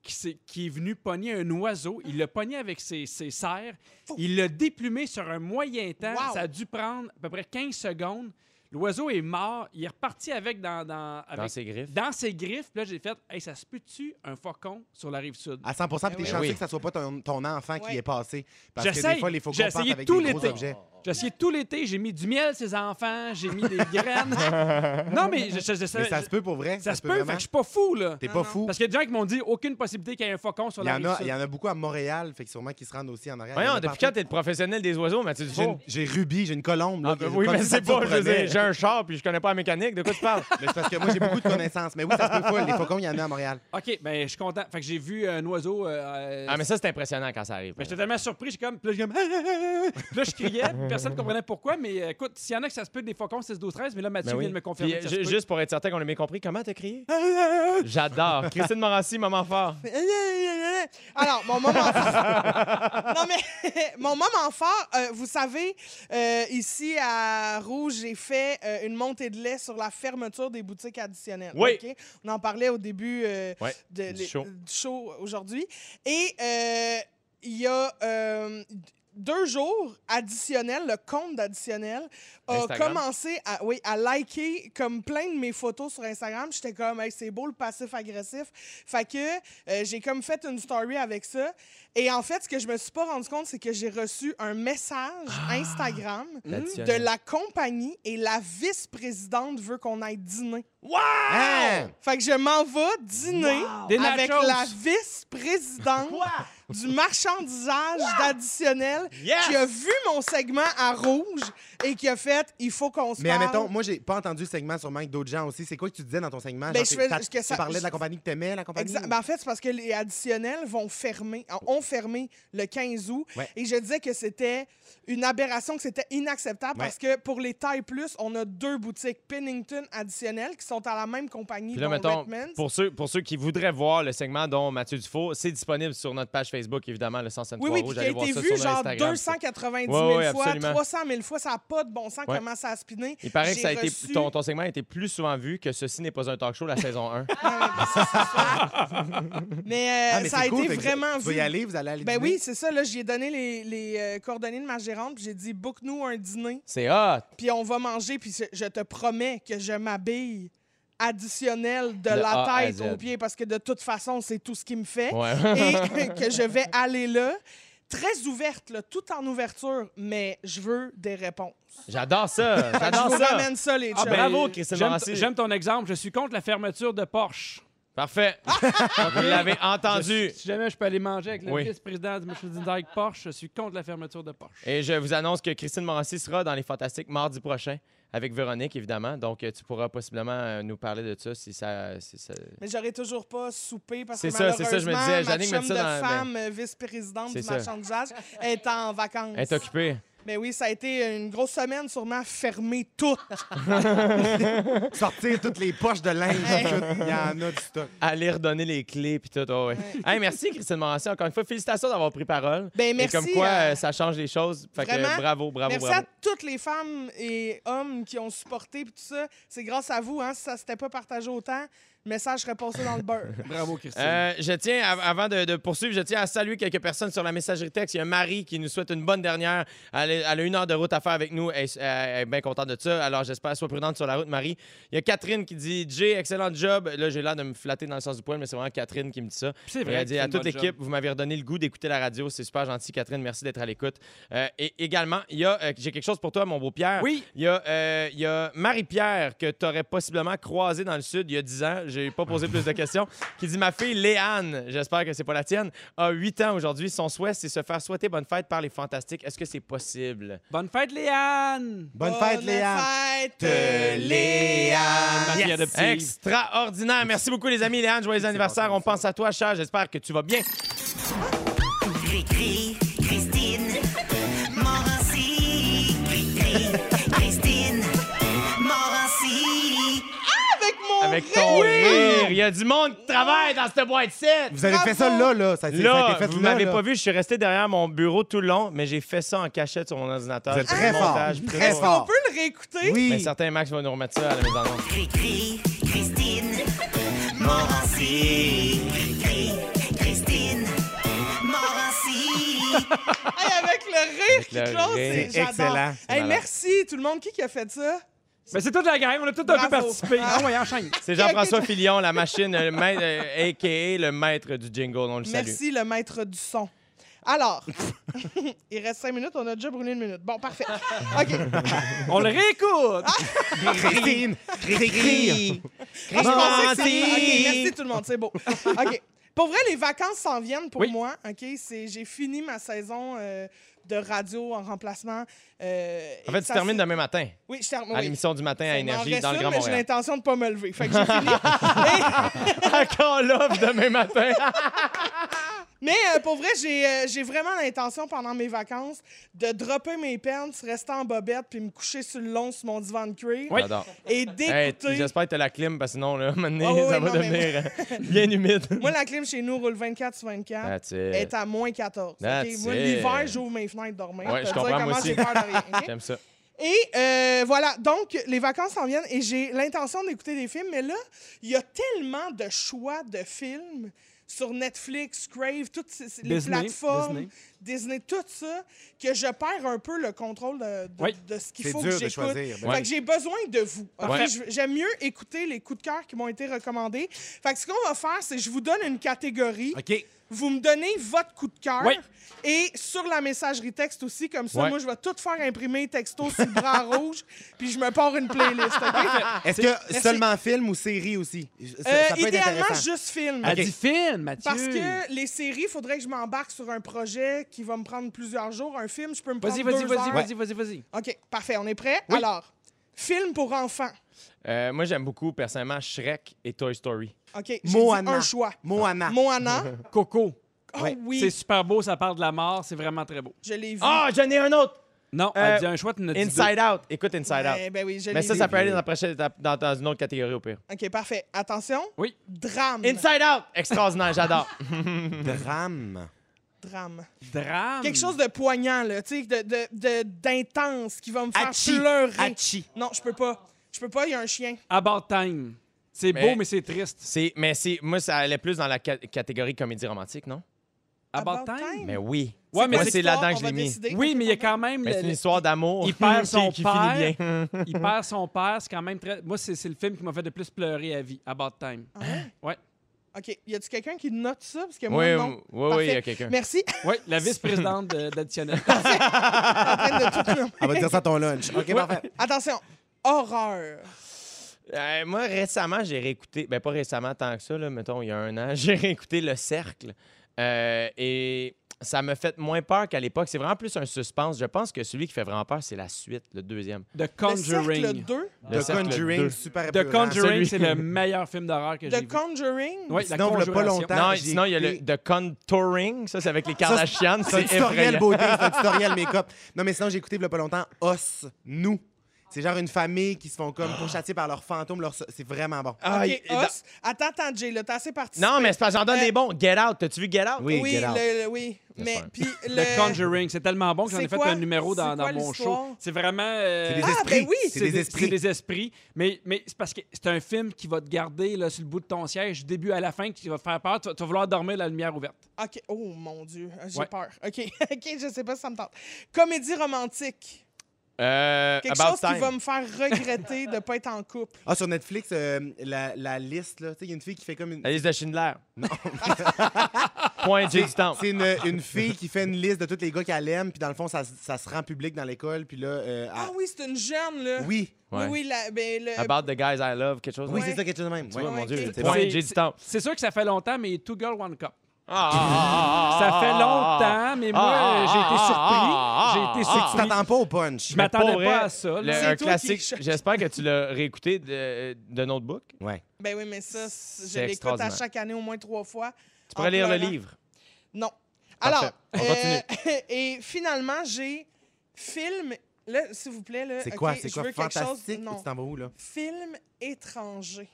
S3: Qui, s'est- qui est venu pogner un oiseau. Il l'a pogné avec ses, ses serres. Il l'a déplumé sur un moyen temps.
S4: Wow.
S3: Ça a dû prendre à peu près 15 secondes. L'oiseau est mort. Il est reparti avec dans, dans,
S1: Dans
S3: avec-
S1: ses griffes.
S3: dans ses griffes. Puis là, j'ai fait Hey, ça se peut-tu un faucon sur la rive sud?
S2: À 100 puis t'es
S4: Ben
S2: chanceux
S1: oui.
S2: que ça soit pas ton, ton enfant qui
S4: Ouais.
S2: est passé. Parce que
S3: J'essaye.
S2: des fois, les faucons
S3: J'ai
S2: partent
S3: essayé
S2: avec
S3: tout
S2: des gros
S3: l'été.
S1: Euh,
S2: objets.
S3: J'ai essayé tout l'été, j'ai mis du miel ses enfants, j'ai mis des graines. non, mais je, je- je-
S2: Mais ça se peut pour vrai.
S3: ça se peut, fait que je suis pas fou, là.
S2: T'es
S4: Non,
S2: pas
S4: non.
S2: fou.
S3: Parce qu'il y a des gens qui m'ont dit aucune possibilité qu'il y ait un faucon sur
S2: Il y,
S3: la
S2: en a,
S3: rive
S2: il
S3: sud.
S2: y en a beaucoup à Montréal, fait que sûrement qu'ils se rendent aussi en arrière. Il y en
S1: Voyons,
S2: a
S1: depuis quand
S2: partout.
S1: t'es le professionnel des oiseaux, Mathieu
S2: J'ai
S1: Dufour?
S2: une- J'ai Ruby, j'ai une colombe. là,
S1: Ah,
S2: que-
S1: ben oui,
S2: comme
S1: mais
S2: si ça
S1: c'est
S2: te
S1: pas, je veux
S2: surprenait.
S1: dire, j'ai un char puis je connais pas la mécanique. De quoi tu parles?
S2: Mais c'est parce que moi, j'ai beaucoup de connaissances. Mais oui, ça se peut pas. Les faucons, il y en a à Montréal.
S3: OK, ben je suis content. Fait que j'ai vu un oiseau. euh, euh,
S1: Ah, mais ça, c'est impressionnant quand ça arrive.
S3: ben, j'étais tellement surpris, j'ai comme. Puis là, j'ai comme. Puis là, je criais. Puis personne ne comprenait pourquoi, mais euh, écoute, s'il y en a que ça se peut des faucons 6, 12, 13, mais là, Mathieu
S1: Ben oui.
S3: vient de me
S1: Puis,
S3: confirmer. que ça se
S1: ju-
S3: peut.
S1: juste pour être certain qu'on ait bien compris, comment t'as crié? ah, J'adore. Christine Morancy, maman fort.
S4: Alors, mon moment fort. non, mais mon moment fort, euh, vous savez, euh, ici à Rouge, j'ai fait euh, une montée de lait sur la fermeture des boutiques additionnelles.
S1: Oui.
S4: OK? On en parlait au début euh,
S1: Ouais,
S4: de-
S1: du
S4: les-
S1: show.
S4: du show aujourd'hui. Et euh, il y a. euh, deux jours additionnels, le compte d'additionnel a
S1: Instagram.
S4: commencé à, oui, à liker comme plein de mes photos sur Instagram. J'étais comme, Hey, c'est beau le passif agressif. Fait que euh, j'ai comme fait une story avec ça. Et en fait, ce que je me suis pas rendu compte, c'est que j'ai reçu un message
S1: Ah!
S4: Instagram de la compagnie et la vice-présidente veut qu'on aille dîner.
S1: Ah!
S2: Hein?
S4: Fait que je m'en vais dîner
S3: Des
S4: avec
S3: nachos.
S4: la vice-présidente du marchandisage d'additionnel
S1: Yes!
S4: qui a vu mon segment à rouge et qui a fait il faut qu'on se
S2: Mais
S4: parle.
S2: admettons, moi, j'ai pas entendu le segment, sûrement que d'autres gens aussi. C'est quoi que tu disais dans ton segment?
S4: Ben,
S2: Genre,
S4: je fais-
S2: t'as-
S4: que ça-
S2: tu parlais de la
S4: je-
S2: compagnie que t'aimais, la compagnie?
S4: Exact. Ben, en fait, c'est parce que les additionnels vont fermer, ont fermé le 15 août.
S2: Ouais.
S4: Et je disais que c'était une aberration, que c'était inacceptable
S2: Ouais.
S4: parce que pour les tailles plus, on a deux boutiques Pennington additionnelles qui sont à la même compagnie,
S1: Puis là,
S4: dont
S1: mettons,
S4: Redmond's.
S1: pour ceux, pour ceux qui voudraient voir le segment dont Mathieu Dufault, c'est disponible sur notre page Facebook, évidemment, le 107
S4: Oui, oui,
S1: Rouge.
S4: puis qui a
S1: Allez voir
S4: été
S1: ça
S4: vu
S1: sur notre
S4: genre
S1: Instagram.
S4: 290
S1: Ouais,
S4: 000
S1: ouais,
S4: fois,
S1: absolument.
S4: 300 000 fois, ça n'a pas de bon sens,
S1: Ouais.
S4: comment ça a spiné.
S1: Il paraît que
S4: J'ai
S1: ça a été,
S4: reçu-
S1: ton, ton segment a été plus souvent vu que Ceci n'est pas un talk show, la saison 1.
S4: Mais, euh,
S2: Ah, mais
S4: ça
S2: c'est
S4: a
S2: cool,
S4: été
S2: fait que
S4: vraiment
S2: Tu vas
S4: vu.
S2: y aller, vous allez aller
S4: Ben
S2: dîner?
S4: oui, c'est ça. Là, j'ai donné les, les, euh, coordonnées de ma gérante, puis j'ai dit book-nous un dîner.
S1: c'est hot.
S4: puis on va manger, puis je, je te promets que je m'habille additionnel
S1: De
S4: de la
S1: A à
S4: tête
S1: Z.
S4: aux pieds, parce que de toute façon, c'est tout ce qui me fait.
S1: Ouais. hein?
S4: Et que je vais aller là, très ouverte, là, tout en ouverture, mais je veux des réponses.
S1: J'adore ça.
S4: Fait que je
S1: J'adore
S4: vous
S1: ça.
S4: ramène ça, les
S3: Ah,
S4: chums.
S3: ben,
S1: Bravo, Christine
S3: J'aime-
S1: Morancy.
S3: J'aime ton exemple. Je suis contre la fermeture de Porsche.
S1: Parfait. Vous l'avez entendu.
S3: Si jamais je peux aller manger avec le
S1: Oui.
S3: vice-président du Merchandising Porsche, je suis contre la fermeture de Porsche.
S1: Et je vous annonce que Christine Morancy sera dans les Fantastiques mardi prochain avec Véronique, évidemment. Donc, euh, tu pourras possiblement euh, nous parler de ça si ça. si ça-
S4: Mais j'aurais toujours pas soupé parce que
S1: C'est ça, c'est ça, je me
S4: malheureusement,
S1: disais,
S4: ma
S1: Jannick met
S4: chum
S1: ça
S4: de
S1: dans-
S4: femme euh, vice-présidente
S1: C'est
S4: du
S1: ça.
S4: marchandisage est en vacances.
S1: Elle est occupée.
S4: Mais oui, ça a été une grosse semaine, sûrement fermée toute.
S2: Sortir toutes les poches de linge. tout. Il y en a du stock.
S1: Aller redonner les clés puis tout. oh, ouais. Hey, merci, Christine Morancy. Encore une fois, félicitations d'avoir pris parole.
S4: Ben, merci.
S1: Et comme quoi,
S4: à-
S1: euh, ça change les choses. Fait que, euh,
S4: Vraiment.
S1: bravo, bravo,
S4: Merci
S1: bravo.
S4: à toutes les femmes et hommes qui ont supporté puis tout ça. C'est grâce à vous, hein. Si ça s'était pas partagé autant, le message serait passé dans le beurre.
S3: Bravo, Christine.
S1: Euh, je tiens, av- avant de, de poursuivre, je tiens à saluer quelques personnes sur la messagerie texte. Il y a Marie qui nous souhaite une bonne dernière. Elle, est- elle a une heure de route à faire avec nous. Elle, est- elle est bien contente de ça. Alors, j'espère, sois prudente sur la route, Marie. Il y a Catherine qui dit Jay, excellent job. Là, j'ai l'air de me flatter dans le sens du poil, mais c'est vraiment Catherine qui me dit ça.
S3: c'est
S1: Elle
S3: vrai.
S1: dit à toute l'équipe, vous m'avez redonné le goût d'écouter la radio. C'est super gentil, Catherine. Merci d'être à l'écoute. Euh, et également, il y a, euh, j'ai quelque chose pour toi, mon beau Pierre.
S3: Oui.
S1: Il y a, euh, il y a Marie-Pierre que tu aurais possiblement croisée dans le sud il y a 10 ans. J'ai pas posé plus de questions. Qui dit Ma fille Léane, j'espère que c'est pas la tienne, a 8 ans aujourd'hui. Son souhait, c'est se faire souhaiter bonne fête par les fantastiques. Est-ce que c'est possible?
S3: Bonne fête, Léane!
S2: Bonne fête, Léa.
S4: fête, euh, Léa.
S1: Ah,
S3: Ma fille adoptive.
S1: Extraordinaire. Merci beaucoup, les amis. Léane, joyeux anniversaire. On pense à toi, cher. J'espère que tu vas bien.
S7: Cri-cri, Christine, Morancy. Cri-cri, Christine, Morancy.
S4: Avec mon
S1: Avec
S4: rire.
S1: ton rire. Il y a du monde qui travaille dans cette boîte-ci.
S2: Vous avez fait ça là, là. Ça, a été- ça a
S1: Là,
S2: été fait
S1: vous
S2: là,
S1: m'avez
S2: là.
S1: pas vu, je suis resté derrière mon bureau tout le long, mais j'ai fait ça en cachette sur mon ordinateur.
S2: Vous êtes
S1: J'ai
S2: très
S1: fait le
S2: fort.
S1: montage, puis tout
S2: Très
S1: ça.
S2: fort.
S4: On peut le réécouter.
S1: Mais
S2: Oui.
S1: certains Max va nous remettre ça à la mise en onde.
S7: Cri-cri, Christine, Morancy. Cri-cri, Christine, Morancy.
S4: Hey, avec le rire qui
S1: le rire.
S4: close, c'est
S2: C'est
S4: j'adore.
S2: excellent.
S1: C'est
S4: Hey,
S1: malade.
S4: merci tout le monde. Qui qui a fait ça?
S3: Mais Ben, c'est toute la gang, on a tous un
S4: Bravo.
S3: peu participé.
S4: Ah.
S3: Ah ouais, enchaîne.
S1: C'est Jean-François Filion, la machine, le maître, euh, a.k.a. le maître du jingle. On le salue.
S4: Merci, le maître du son. Alors, il reste cinq minutes, on a déjà brûlé une minute. Bon, parfait. OK.
S3: On le réécoute!
S2: Christine, Cri-cri.
S4: Ah, je pensais que
S1: Merci.
S4: c'est- OK, merci tout le monde, c'est beau. OK. Pour vrai, les vacances s'en viennent pour
S3: Oui.
S4: moi. OK, c'est j'ai fini ma saison euh, de radio en remplacement. euh,
S1: En
S4: et
S1: fait, tu
S4: ça
S1: termines
S4: se-
S1: demain matin,
S4: Oui, je termine.
S1: à
S4: oui.
S1: l'émission du matin à
S4: Il m'en
S1: Énergie,
S4: reste
S1: dans le
S4: une,
S1: Grand
S4: mais j'ai
S1: Montréal.
S4: l'intention de pas me lever. Fait que j'ai fini.
S1: Encore l'offre demain matin.
S4: Mais euh, pour vrai, j'ai euh, j'ai vraiment l'intention pendant mes vacances de dropper mes pants, rester en bobette, puis me coucher sur le long sur mon divan de cuir
S3: Oui.
S1: J'adore.
S4: et
S1: Hey,
S4: d'écouter.
S1: t- J'espère que t'as la clim, parce que sinon, là, maintenant,
S4: Ah oui,
S1: ça
S4: oui,
S1: va
S4: non, mais
S1: devenir euh, bien humide.
S4: Moi, la clim chez nous roule 24 sur 24.
S1: That's it.
S4: est à moins 14. ok?
S1: That's
S4: Moi,
S1: it.
S4: l'hiver, j'ouvre mes fenêtres dormir.
S1: Ouais, je
S4: Te dire
S1: comprends, moi
S4: comment
S1: aussi.
S4: j'ai peur de rien, ok?
S1: J'aime ça.
S4: Et euh, voilà, donc les vacances s'en viennent et j'ai l'intention d'écouter des films, mais là, il y a tellement de choix de films sur Netflix, Crave, toutes ces- ces- les
S3: Disney,
S4: plateformes, Disney. tout ça, que je perds un peu le contrôle de, de-
S3: Oui.
S4: de ce qu'il
S2: C'est
S4: faut
S2: dur
S4: que
S2: de
S4: j'écoute.
S2: choisir. ben
S4: Fait que j'ai besoin de vous. ok?
S1: Ouais.
S4: Je- J'aime mieux écouter les coups de cœur qui m'ont été recommandés. Fait que ce qu'on va faire, c'est que je vous donne une catégorie.
S2: OK.
S4: Vous me donnez votre coup de cœur
S3: Oui.
S4: et sur la messagerie texte aussi, comme ça,
S1: Ouais.
S4: moi, je vais tout faire imprimer texto sur le bras rouge, puis je me pars une playlist. OK?
S2: Est-ce que seulement film ou série aussi? Ça,
S4: Euh,
S2: ça peut être
S4: idéalement,
S2: intéressant.
S4: juste film.
S3: Elle dit film, Mathieu.
S4: Parce que les séries, il faudrait que je m'embarque sur un projet qui va me prendre plusieurs jours. Un film, je peux me prendre
S3: Vas-y,
S4: deux
S3: vas-y, vas-y,
S4: heures.
S3: vas-y, vas-y, vas-y.
S4: OK, parfait, on est prêt? Alors, film pour enfants.
S1: Euh, moi, j'aime beaucoup, personnellement, Shrek et Toy Story.
S4: OK, j'ai dit
S2: Moana.
S4: un choix.
S2: Moana.
S4: Moana.
S3: Coco.
S4: Oh
S2: Ouais.
S4: oui,
S3: C'est super beau, ça parle de la mort, c'est vraiment très beau.
S4: je l'ai vu.
S1: Ah, j'en ai un autre!
S3: Non,
S1: Euh,
S3: elle dit un choix, tu ne dis
S1: Inside Out. Écoute Inside
S4: Eh
S1: Out.
S4: ben oui, je
S1: Mais
S4: l'ai
S1: ça,
S4: vu.
S1: ça peut aller dans, la prochaine étape- dans, dans une autre catégorie au pire.
S4: OK, parfait. Attention.
S3: Oui.
S4: Drame.
S1: Inside Out! Extraordinaire, j'adore.
S2: Drame.
S4: Drame.
S3: deux. drame.
S4: Quelque chose de poignant, là, tu sais, de- de- de- d'intense qui va me faire
S2: Hachi.
S4: pleurer.
S2: Hachi.
S4: Non, je peux pas. Je peux pas, il y a un chien.
S3: About Time. C'est
S1: Mais-
S3: beau, mais c'est triste.
S1: C'est, mais c'est, moi, ça allait plus dans la ca- catégorie comédie romantique, non?
S3: About, time?
S1: Mais oui.
S3: Ouais, mais
S1: Moi,
S3: c'est-
S1: c'est
S4: l'histoire,
S1: là-dedans que
S4: on
S1: je
S4: va
S1: l'ai mis.
S4: décider.
S3: Oui,
S4: Ok,
S3: mais il y a
S4: parfait.
S3: quand même.
S1: Mais
S3: le-
S1: c'est une histoire d'amour.
S3: il perd son
S1: qui
S3: père.
S1: finit bien.
S3: Il perd son père, c'est quand même très. Moi, c'est c'est le film qui m'a fait le plus pleurer à vie, About Time.
S4: Ah ouais?
S3: Ouais.
S4: OK, y a-tu quelqu'un qui note ça? Parce que moi,
S1: oui,
S4: non.
S1: oui, oui, il y a
S4: Parfait.
S1: quelqu'un.
S4: Merci.
S3: Oui, la vice-présidente de- d'additionnel.
S4: En train de tout nommer.
S2: On va dire ça à ton lunch. OK, parfait.
S4: Attention. Horreur.
S1: Euh, moi, récemment, j'ai réécouté, ben pas récemment tant que ça, là, mettons, il y a un an, j'ai réécouté Le Cercle. Euh, et ça me fait moins peur qu'à l'époque. C'est vraiment plus un suspense. Je pense que celui qui fait vraiment peur, c'est la suite, le deuxième.
S3: The
S4: Le cercle
S3: Conjuring.
S4: 2.
S1: Le
S2: Ah. The
S1: Cercle
S2: Conjuring,
S1: 2.
S2: super
S3: The
S2: épeurant.
S3: Conjuring,
S1: Celui-
S3: c'est le meilleur film d'horreur que j'ai
S4: The
S3: vu.
S4: Conjuring.
S3: Ouais, la
S2: Sinon, il y a pas
S3: conjuration.
S2: longtemps.
S1: Non,
S2: j'ai
S1: sinon, il y a le
S2: écouté-
S1: The Contouring. Ça, c'est avec les Kardashians.
S2: C'est un
S1: C'est
S2: tutoriel
S1: effrayant.
S2: beauté, c'est un tutoriel make-up. Non, mais sinon, j'ai écouté il y a pas longtemps Os, nous. C'est genre une famille qui se font comme pourchasser par leurs fantômes. Leurs... so- C'est vraiment bon.
S1: Ah,
S4: OK,
S1: il- dans-
S4: os. Attends, attends, Jay, là, t'as assez participé.
S1: Non, mais c'est parce que j'en donne
S4: Euh,
S1: des bons. Get Out. T'as-tu vu Get Out?
S2: Oui,
S4: Oui,
S2: Get Out.
S4: le- le- oui. Mais
S1: J'espère.
S4: puis
S3: The
S4: le...
S3: Conjuring, c'est tellement bon que j'en
S4: C'est
S3: ai fait
S4: quoi?
S3: un numéro
S4: C'est
S3: dans, dans
S4: quoi
S3: mon
S4: l'histoire?
S3: show. C'est vraiment. euh,
S2: C'est des
S4: Ah, ben
S2: esprits.
S4: oui!
S2: C'est des esprits.
S3: C'est des esprits. Mais, mais c'est parce que c'est un film qui va te garder là, sur le bout de ton siège du début à la fin, qui va te faire peur. Tu vas, tu vas vouloir dormir la lumière ouverte.
S4: OK. Oh, mon Dieu. J'ai
S3: Ouais.
S4: peur. OK. OK, je sais pas si ça me tente. Comédie romantique.
S1: Euh,
S4: Quelque
S1: About
S4: chose
S1: Time.
S4: qui va me faire regretter de pas être en couple.
S2: Ah, sur Netflix, euh, la, la liste, là. Tu sais, il y a une fille qui fait comme une.
S1: La liste de Schindler. Non. Point J du temps.
S2: C'est une,
S4: Ah.
S2: une fille qui fait une liste de tous les gars qu'elle aime, puis dans le fond, ça, se- ça se rend public dans l'école, puis là. euh,
S4: Ah
S2: elle-
S4: oui, c'est une jeune, là.
S2: Oui.
S1: Ouais.
S4: Oui, oui, la, ben, le...
S1: About the guys I love, quelque chose.
S2: Oui,
S1: comme
S2: c'est ça, quelque chose de même.
S1: ça.
S2: Ouais.
S1: mon Dieu.
S4: Ouais,
S2: c'est
S1: Point
S3: bon.
S1: J du temps.
S3: C'est sûr que ça fait longtemps, mais Two Girl One Cup.
S1: Ah, ah, ah, ah,
S3: Ça
S1: ah,
S3: fait
S1: ah, ah,
S3: longtemps, mais
S1: ah,
S3: moi,
S1: ah,
S3: euh, j'ai été
S1: ah, ah,
S3: surpris. J'ai
S1: ah,
S3: été
S1: ah,
S2: Tu
S3: surpris.
S2: t'attends pas au punch.
S3: Je m'attendais
S1: Pour
S3: pas,
S1: vrai,
S3: à ça.
S1: Le,
S3: là.
S4: C'est
S1: un
S4: toi qui
S1: classique.
S4: choque.
S1: J'espère que tu l'as réécouté de, de Notebook. Tu
S2: Ouais.
S4: Ben oui, mais ça, c'est- je
S1: C'est
S4: l'écoute à
S1: extraordinaire.
S4: chaque année au moins trois fois. Tu
S1: pourrais lire le livre.
S4: Non. Alors,
S1: Parfait. On
S4: euh, et finalement, j'ai film... Là, s'il vous plaît, là,
S2: C'est
S4: OK,
S2: quoi? C'est
S4: je
S2: quoi?
S4: veux quelque chose...
S2: Fantastique? ou
S4: Non.
S2: Tu t'en vas où, là?
S4: Film étranger.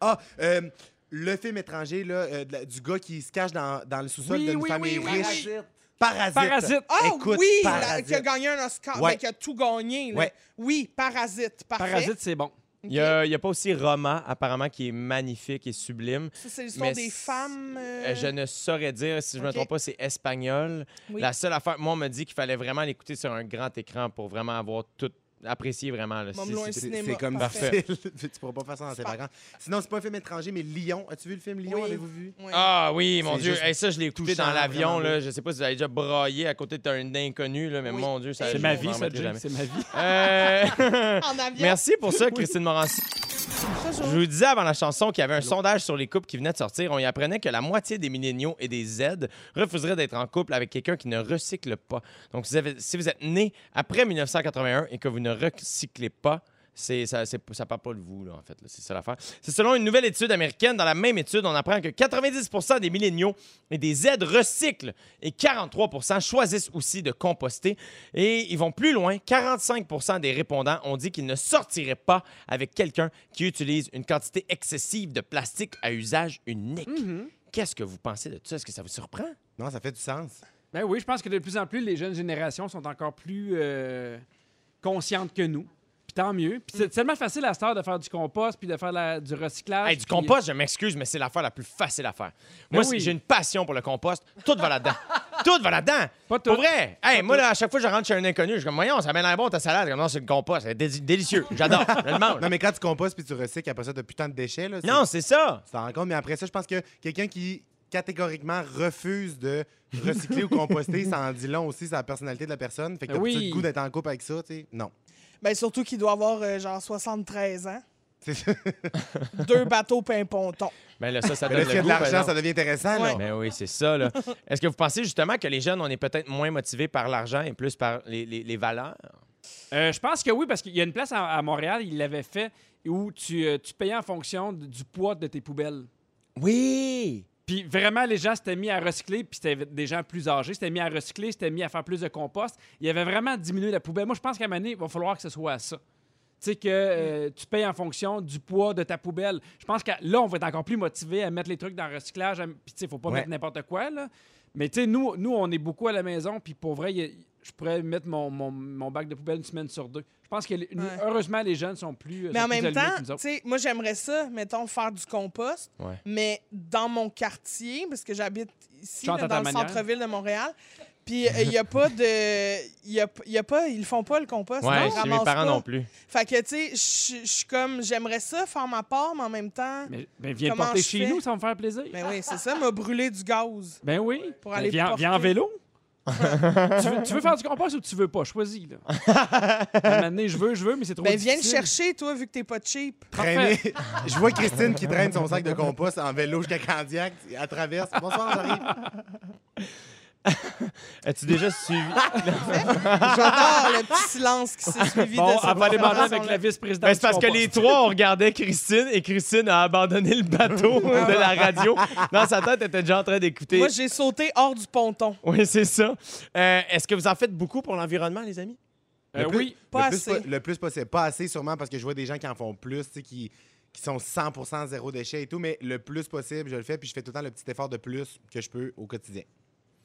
S2: Ah, euh, le film étranger, là, euh, de la- du gars qui se cache dans, dans le sous-sol
S3: Oui,
S2: d'une
S3: oui,
S2: famille
S3: oui, oui,
S2: riche.
S3: oui.
S2: Parasite.
S3: Parasite.
S4: Ah
S2: Écoute,
S4: oui, la-
S2: Parasite.
S4: qui a gagné un Oscar,
S2: Ouais.
S4: ben, qui a tout gagné. là.
S2: Ouais.
S4: Oui, Parasite, parfait.
S3: Parasite, c'est bon.
S1: Il n'y a, il y a pas aussi Roma, apparemment, qui est magnifique et sublime.
S4: Ça, c'est l'histoire
S1: Mais c'est-
S4: des femmes. euh,
S1: Euh, Je ne saurais dire, si je ne me
S4: ok.
S1: trompe pas, c'est espagnol.
S4: Oui.
S1: La seule affaire, moi, on m'a dit qu'il fallait vraiment l'écouter sur un grand écran pour vraiment avoir tout, apprécié vraiment. là.
S4: Bon,
S1: Si-
S4: me loin
S1: si-
S2: C'est-
S4: cinéma,
S2: C'est comme
S4: parfait.
S2: difficile. tu pourras pas faire ça dans tes
S4: pas-
S2: vacances. Sinon, c'est pas un film étranger, mais Lyon. As-tu vu le film Lyon?
S4: Oui.
S2: Avez-vous vu?
S4: ouais.
S1: Ah oui, mon
S2: C'est
S1: Dieu.
S2: juste
S1: Hey, ça, je l'ai écouté
S2: touchant,
S1: dans l'avion.
S2: vraiment
S1: là. Je sais pas si vous avez déjà braillé à côté d'un inconnu, là, mais
S4: Oui.
S1: mon Dieu, ça
S4: C'est
S1: je
S3: Ma
S1: m'en
S3: vie, ça,
S1: remettrai
S3: Jay,
S1: jamais.
S3: c'est ma vie.
S1: Euh,
S4: En avion,
S1: Merci pour ça, Christine Morancy.
S4: toujours.
S1: Je vous disais avant la chanson qu'il y avait un sondage sur les couples qui venait de sortir. On y apprenait que la moitié des milléniaux et des Z refuseraient d'être en couple avec quelqu'un qui ne recycle pas. Donc, si vous, avez- si vous êtes né après 1981 et que vous ne recyclez pas, C'est, ça, c'est, ça parle pas de vous, là, en fait. là. C'est ça l'affaire. C'est selon une nouvelle étude américaine. Dans la même étude, on apprend que 90 des milléniaux et des aides recyclent et 43 choisissent aussi de composter. Et ils vont plus loin. 45 des répondants ont dit qu'ils ne sortiraient pas avec quelqu'un qui utilise une quantité excessive de plastique à usage unique.
S3: Mhm.
S1: Qu'est-ce que vous pensez de ça? Est-ce que ça vous surprend?
S2: Non, ça fait du sens.
S3: Ben oui, je pense que de plus en plus, les jeunes générations sont encore plus euh, conscientes que nous. Puis tant mieux. Puis c'est tellement facile à cette heure de faire du compost puis de faire de la- du recyclage.
S1: Hey, du
S3: puis-
S1: compost, je m'excuse, mais c'est l'affaire la plus facile à faire. Moi,
S3: Ah, Ben oui.
S1: j'ai une passion pour le compost. Tout va là-dedans. tout va là-dedans.
S3: Pas
S1: Pour
S3: tout.
S1: vrai. Hey, moi, là, à chaque fois que je rentre chez un inconnu, je suis comme, voyons, ça mène l'air bon ta salade. Comme, non, c'est le compost. C'est dé- délicieux. J'adore. je le mange.
S2: Non, mais quand tu compostes puis tu recycles, après ça, t'as plus tant de déchets. Là, c'est-
S1: Non, c'est ça.
S2: C'est encore, mais après ça, je pense que quelqu'un qui catégoriquement refuse de recycler ou composter, ça en dit long aussi sur la personnalité de la personne. Fait que t'as
S3: Oui.
S2: plus le goût d'être en couple avec ça, tu sais. Non.
S4: Ben, surtout qu'il doit avoir euh, genre 73 ans,
S2: C'est ça.
S4: deux bateaux pimponton.
S1: Mais Ben là, ça, ça
S2: Mais
S1: donne
S2: là,
S1: Euh, le
S2: s'il y a de
S1: goût, ben par
S2: l'argent,
S1: exemple.
S2: ça devient intéressant, là.
S1: Mais oui, c'est ça. là. Est-ce que vous pensez justement que les jeunes, on est peut-être moins motivés par l'argent et plus par les, les- les valeurs?
S3: Euh, je pense que oui, parce qu'il y a une place à, à Montréal, il l'avait fait, où tu, euh, tu payais en fonction d- du poids de tes poubelles.
S1: Oui!
S3: Puis vraiment, les gens s'étaient mis à recycler, puis c'était des gens plus âgés, s'étaient mis à recycler, s'étaient mis à faire plus de compost. Il y avait vraiment diminué la poubelle. Moi, je pense qu'à un moment donné, il va falloir que ce soit à ça. Tu sais, que euh, tu payes en fonction du poids de ta poubelle. Je pense que là, on va être encore plus motivé à mettre les trucs dans le recyclage. à- Puis, tu sais, faut pas
S2: Ouais.
S3: mettre n'importe quoi, là. Mais, tu sais, nous, nous, on est beaucoup à la maison, puis pour vrai, il y a- je pourrais mettre mon, mon- mon bac de poubelle une semaine sur deux. Je pense que, les- nous,
S4: Ouais.
S3: heureusement, les jeunes sont plus. euh,
S4: Mais
S3: sont
S4: en
S3: plus
S4: même
S3: allumés que
S4: temps,
S3: nous
S4: tu
S3: autres.
S4: sais, moi j'aimerais ça, mettons, faire du compost,
S1: Ouais.
S4: mais dans mon quartier, parce que j'habite ici,
S3: Chante
S4: là,
S3: à ta
S4: dans le
S3: manière.
S4: centre-ville de Montréal. Puis euh, il n'y a pas de. Il y a, y a pas. Ils font pas le compost.
S1: Ouais,
S4: non,
S1: chez mes parents non plus.
S4: Fait que, tu sais, je- je suis comme. J'aimerais ça faire ma part, mais en même temps.
S3: Mais, ben, viens le
S4: Comment
S3: porter
S4: je
S3: chez
S4: fais?
S3: nous, ça va me faire plaisir.
S4: Mais oui, c'est ça, m'a brûlé du gaz.
S3: Ben oui.
S4: Pour
S3: Ben,
S4: aller
S3: viens,
S4: porter.
S3: viens en vélo. tu, veux, tu veux faire du compost ou tu veux pas? Choisis, là. À un moment donné, je veux, je veux, mais c'est trop
S4: Ben, viens le
S3: difficile.
S4: chercher, toi, vu que t'es pas cheap.
S2: Traîner. Je vois Christine qui traîne son sac de compost en vélo jusqu'à Candiac. Elle traverse. Bonsoir, Marie.
S1: As-tu déjà suivi?
S4: J'adore le petit silence qui s'est suivi
S3: Bon,
S4: de
S3: on va aller demander avec
S4: conversation-là.
S3: la vice-présidente.
S1: Ben, c'est
S3: du
S1: parce que
S3: compost.
S1: les trois, on regardait Christine et Christine a abandonné le bateau de la radio. Dans sa tête, elle était déjà en train d'écouter.
S4: Moi, j'ai sauté hors du ponton.
S1: Oui, c'est ça. Euh, Est-ce que vous en faites beaucoup pour l'environnement, les amis?
S3: Euh, oui.
S4: Pas
S2: le plus,
S4: assez.
S2: po- le plus possible. Pas assez, sûrement, parce que je vois des gens qui en font plus, tu sais, qui, qui sont 100 zéro déchet et tout, mais le plus possible, je le fais, puis je fais tout le temps le petit effort de plus que je peux au quotidien.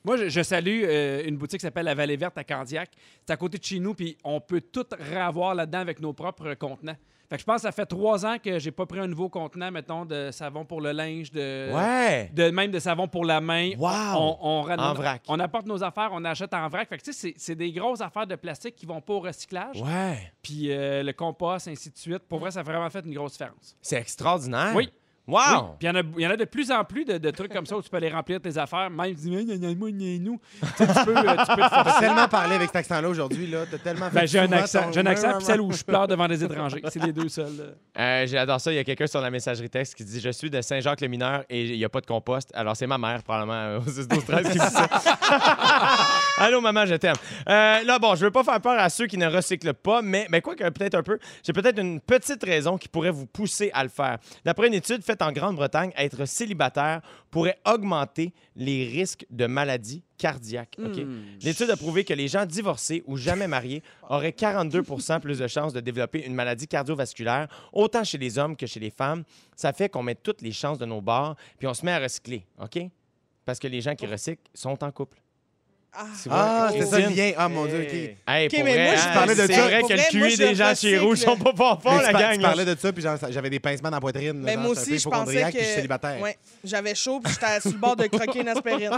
S3: Moi, je, je salue euh, une boutique qui s'appelle La Vallée Verte à Candiac. C'est à côté de chez nous, puis on peut tout ravoir là-dedans avec nos propres euh, contenants. Fait que je pense que ça fait trois ans que j'ai pas pris un nouveau contenant, mettons, de savon pour le linge, de,
S1: Ouais.
S3: de même de savon pour la main.
S1: Wow.
S3: Euh, On, on, ra-
S1: Ah En
S3: on-
S1: vrac.
S3: on apporte nos affaires, on achète en vrac. Fait que, tu sais, c'est- c'est des grosses affaires de plastique qui vont pas au recyclage.
S1: Ouais.
S3: Puis euh, le compost, ainsi de suite. Pour vrai, ça a vraiment fait une grosse différence.
S1: C'est extraordinaire.
S3: Oui.
S1: Wow.
S3: Oui. Puis il y en a- il y, en a de plus en plus de, de trucs comme ça où tu peux aller remplir tes affaires. Même, tu dis, Hey, gna, gna, moi, gna, nous. Tu sais, tu peux, euh, tu peux te forcer.
S4: Ah!
S2: T'as tellement parlé avec cet accent-là aujourd'hui, là. T'as tellement
S3: Ben,
S2: fait
S3: j'ai un
S2: souvent
S3: accent,
S2: ton-
S3: j'ai un accent, puis celle où je pleure devant des étrangers. C'est les deux seuls. euh.
S1: Euh, J'adore ça. Il y a quelqu'un sur la messagerie texte qui dit Je suis de Saint-Jacques-le-Mineur et il n'y a pas de compost. Alors, c'est ma mère, probablement, euh, au 6 12 13 qui me dit ça. Allô, maman, je t'aime. Euh, là, bon, je veux pas faire peur à ceux qui ne recyclent pas, mais, mais quoi que peut-être un peu, j'ai peut-être une petite raison qui pourrait vous pousser à le faire. D'après une étude faite en Grande-Bretagne, être célibataire pourrait augmenter les risques de maladies cardiaques. OK? L'étude a prouvé que les gens divorcés ou jamais mariés auraient 42 plus de chances de développer une maladie cardiovasculaire, autant chez les hommes que chez les femmes. Ça fait qu'on met toutes les chances de nos bords, puis on se met à recycler, OK? Parce que les gens qui recyclent sont en couple.
S4: Ah.
S1: Tu vois,
S2: Ah, c'est ça le
S1: Christine?
S2: lien. Ah, mon Dieu, OK.
S1: Hey,
S4: Ok,
S1: pour
S4: mais
S1: vrai,
S4: moi, je
S1: hein,
S2: parlais de
S1: c'est
S2: ça.
S1: vrai
S4: Pour
S1: que
S4: vrai,
S1: le
S4: moi,
S1: QI
S4: je
S1: des gens chez
S4: recycle.
S1: Rouge sont pas fort
S2: Mais
S1: forts,
S2: tu
S1: la
S2: par-
S1: gang.
S2: Tu
S1: là.
S2: parlais
S3: hein.
S2: de ça, puis genre, ça- j'avais des pincements dans la poitrine.
S4: Mais
S2: genre,
S4: Ben, moi
S2: c'est un
S4: aussi,
S2: peu
S4: je pensais
S2: hypochondriaque,
S4: que.
S2: puis je suis célibataire.
S4: Ouais, j'avais chaud, puis j'étais sur le bord de croquer une aspirine.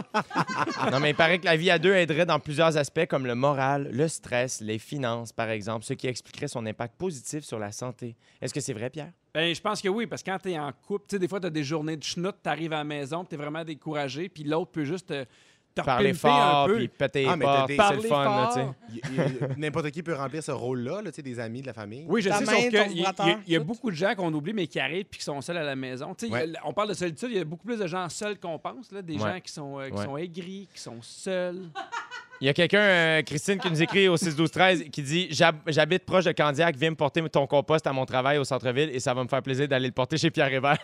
S1: Non, mais il paraît que la vie à deux aiderait dans plusieurs aspects comme le moral, le stress, les finances, par exemple, ce qui expliquerait son impact positif sur la santé. Est-ce que c'est vrai, Pierre?
S3: Ben, je pense que oui, parce que quand t'es en couple, tu sais, des fois, t'as des journées de schnout, t'arrives à la maison, puis t'es vraiment découragé, puis l'autre peut juste te, te
S1: Parler
S3: repimper un
S1: fort,
S3: peu.
S1: puis péter
S2: Ah,
S1: les
S2: mais t'as
S1: portes,
S2: des-
S1: c'est le fun, là,
S3: Parler
S1: tu sais.
S3: fort.
S2: Il- il- N'importe qui peut remplir ce rôle-là, là, tu sais, des amis, de la famille.
S3: Oui, je
S4: Ta
S3: sais,
S4: main,
S3: sauf
S4: ton
S3: qu'il y, a-
S4: vibrateur,
S3: il y a
S4: tout.
S3: beaucoup de gens qu'on oublie, mais qui arrivent puis qui sont seuls à la maison. Tu sais,
S2: Ouais.
S3: il y a- On parle de solitude, il y a beaucoup plus de gens seuls qu'on pense, là, des
S1: Ouais.
S3: gens qui sont, euh, qui
S1: Ouais.
S3: sont aigris, qui sont seuls.
S1: Il y a quelqu'un, euh, Christine, qui nous écrit au 6-12-13 qui dit J'hab- J'habite proche de Candiac, viens me porter ton compost à mon travail au centre-ville et ça va me faire plaisir d'aller le porter chez Pierre Hébert.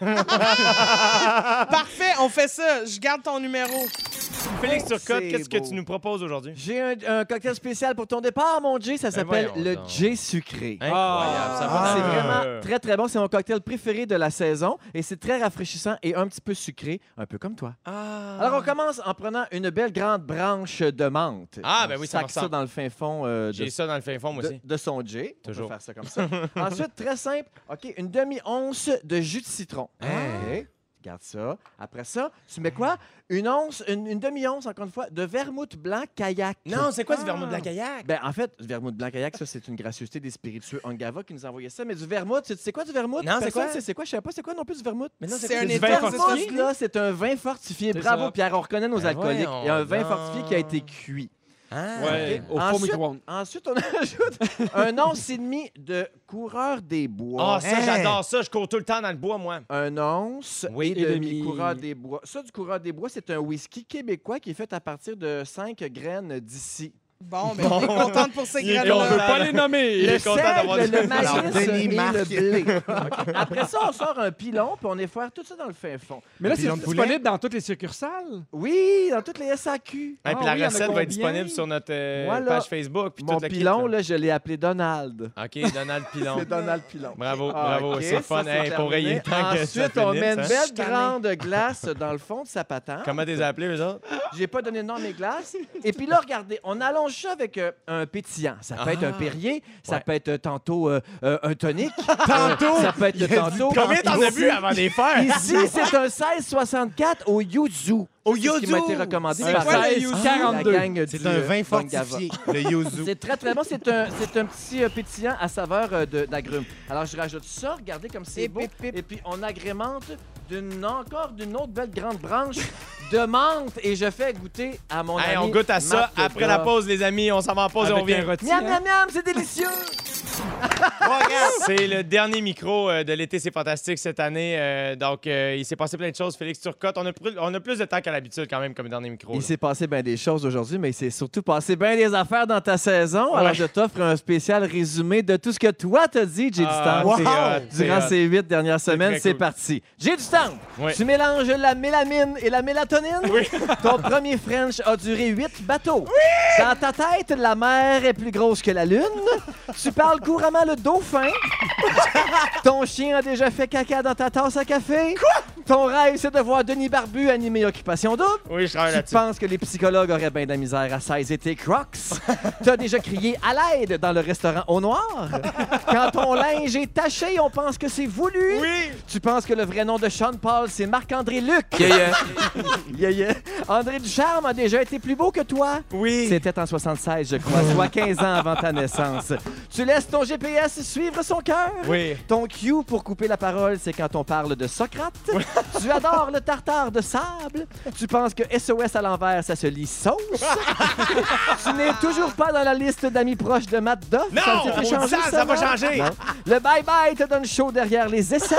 S4: Parfait, on fait ça. Je garde ton numéro.
S1: Félix Turcotte,
S5: c'est
S1: qu'est-ce que
S5: beau.
S1: tu nous proposes aujourd'hui
S5: J'ai un, un cocktail spécial pour ton départ, mon Jay. Ça s'appelle
S1: Ben voyons
S5: le
S1: donc.
S5: Jay sucré.
S1: Incroyable, ça va
S5: Ah, C'est
S1: dans le- euh,
S5: vraiment très, très bon. C'est mon cocktail préféré de la saison et c'est très rafraîchissant et un petit peu sucré, un peu comme toi.
S1: Ah.
S5: Alors, on commence en prenant une belle grande branche de menthe.
S1: Ah, ben oui,
S5: On
S1: ça me
S5: sac ça
S1: ressemble.
S5: dans le fin fond euh, de,
S1: J'ai ça dans le fin fond, moi
S5: de,
S1: aussi.
S5: de son Jay. On peut
S1: Toujours.
S5: faire ça comme ça. Ensuite, très simple. OK, une demi-once de jus de citron.
S1: Ah.
S5: OK. Garde ça. Après ça, tu mets quoi? Une once, une, une demi-once, encore une fois, de vermouth blanc kayak.
S1: Non, c'est quoi du vermouth de la kayak
S5: Ben, en fait, du vermouth blanc kayak, ça, c'est une gracieuseté des spiritueux Angava qui nous envoyait ça. Mais du vermouth, c'est- c'est quoi du vermouth?
S1: Non, c'est
S5: Personne
S1: quoi?
S5: sait C'est quoi? Je savais pas c'est quoi non plus du vermouth. Mais
S4: non, c'est- C'est un
S5: du
S4: état
S5: vermouth,
S4: fortifié.
S5: là, c'est un vin fortifié.
S3: C'est
S5: Bravo,
S3: ça.
S5: Pierre, on reconnaît nos
S1: Ben
S5: alcooliques.
S1: voyons
S5: Il y a un vin
S1: donc.
S5: fortifié qui a été cuit.
S1: Ah,
S3: Ouais,
S1: ok.
S3: Euh, au four
S5: Ensuite-
S3: micro-ondes.
S5: Ensuite, on ajoute un once et demi de coureur des
S1: Ah,
S5: bois.
S1: ça, j'adore ça. Je cours tout le temps dans le bois, moi.
S5: Un once
S1: Oui,
S5: et,
S3: et
S5: demi
S3: demi.
S5: coureur des bois. Ça, du coureur des bois, c'est un whisky québécois qui est fait à partir de cinq graines d'ici.
S4: Bon, ben, on est contente pour ces
S1: Et on
S4: graines-là.
S1: veut pas
S3: les nommer.
S1: est
S5: le
S1: content d'avoir
S5: seigle,
S1: dit-
S5: le maïs
S2: Alors, Denis
S5: et
S2: Marc.
S5: le blé. OK. Après ça, on sort un pilon, puis on est faire tout ça dans le fin fond.
S3: Mais là,
S2: Puis
S3: c'est
S2: Jean de Poulet.
S3: disponible dans toutes les succursales.
S5: Oui, dans toutes les SAQ.
S1: Et
S3: Ah
S1: puis la
S3: oui, il y en a
S1: recette va être
S3: combien?
S1: disponible sur notre euh,
S5: Voilà.
S1: page Facebook. Puis
S5: Mon
S1: tout le kit,
S5: pilon, là, je l'ai appelé Donald.
S1: OK, Donald Pilon.
S5: C'est Donald Pilon.
S1: Bravo,
S5: Ah,
S1: bravo,
S5: ok,
S1: c'est
S5: ça,
S1: fun. Hey, pour
S5: terminé.
S1: rayer le temps que ça
S5: Ensuite, on met une
S1: finisse, hein.
S5: belle grande glace dans le fond de sa patente.
S1: Comment t'es appelé, eux autres?
S5: J'ai pas donné de nom à mes glaces. Et puis là, regardez, on allonge ça avec euh, un pétillant. Ça peut être un Perrier, ça
S1: Ah. Ouais.
S5: peut être euh, tantôt euh, euh, un tonic.
S2: Tantôt!
S5: Ça peut être
S2: Il a dit
S5: tantôt.
S1: Combien t'en as vu avant des faire?
S5: Ici, c'est un 1664 au Yuzu. Au Yuzu! qui m'a été recommandé
S3: C'est
S5: par
S3: quoi le
S5: la- Ah,
S3: Yuzu?
S5: la gang du,
S2: C'est un
S5: euh,
S2: vin
S5: Bangava.
S2: fortifié, le yuzu.
S5: C'est très, très bon. C'est un, c'est un petit euh, pétillant à saveur euh, de- d'agrumes. Alors, je rajoute ça. Regardez comme c'est
S4: Pip,
S5: beau.
S4: pip, pip.
S5: Et puis, on agrémente d'une, encore d'une autre belle grande branche de menthe. Et je fais goûter à mon
S1: Hey,
S5: ami
S1: on goûte à ça
S5: Marc
S1: après
S5: Bras.
S1: la pause, les amis. On s'en va en pause et on
S3: Avec un
S1: revient.
S3: rôti,
S5: Miam,
S3: hein.
S5: miam, miam, c'est délicieux!
S1: C'est le dernier micro euh, de l'été, c'est fantastique cette année. euh, donc, euh, il s'est passé plein de choses. Félix Turcotte, on a, pr- on a plus de temps qu'à l'habitude quand même comme dernier micro.
S5: Il
S1: là.
S5: s'est passé bien des choses aujourd'hui, mais il s'est surtout passé bien des affaires dans ta saison. Alors,
S1: Ouais.
S5: je t'offre un spécial résumé de tout ce que toi t'as dit, J'ai
S1: Ah,
S5: du temps.
S1: c'est hot, c'est
S5: Durant
S1: hot.
S5: ces huit dernières semaines,
S1: très
S5: c'est
S1: cool.
S5: parti. J'ai du temps.
S1: Oui.
S5: Tu mélanges la mélamine et la mélatonine.
S1: Oui.
S5: Ton premier French a duré huit bateaux. Dans ta tête, la mer est plus grosse que la lune. Tu parles couramment le dauphin. Ton chien a déjà fait caca dans ta tasse à café. Ton rêve, c'est de voir Denis Barbu animer Occupation Double.
S1: Oui, je travaille
S5: Tu
S1: là-dessus.
S5: penses que les psychologues auraient bien de la misère à saisir tes crocs? T'as déjà crié à l'aide dans le restaurant au noir? Quand ton linge est taché, on pense que c'est voulu?
S1: Oui!
S5: Tu penses que le vrai nom de Sean Paul, c'est Marc-André Luc? Yeah, yeah. André Ducharme a déjà été plus beau que toi?
S1: Oui!
S5: C'était en 76, je crois, soit 15 ans avant ta naissance. Tu laisses ton GPS suivre son cœur?
S1: Oui!
S5: Ton cue pour couper la parole, c'est quand on parle de Socrate. tu adores le tartare de sable. Tu penses que SOS à l'envers, ça se lit sauce. tu n'es toujours pas dans la liste d'amis proches de Matt Duff.
S1: Non!
S5: Ça, te fait
S1: On dit
S5: changer,
S1: ça,
S5: ça,
S1: ça va
S5: non?
S1: changer!
S5: Non. Le bye-bye te donne chaud derrière les aisselles.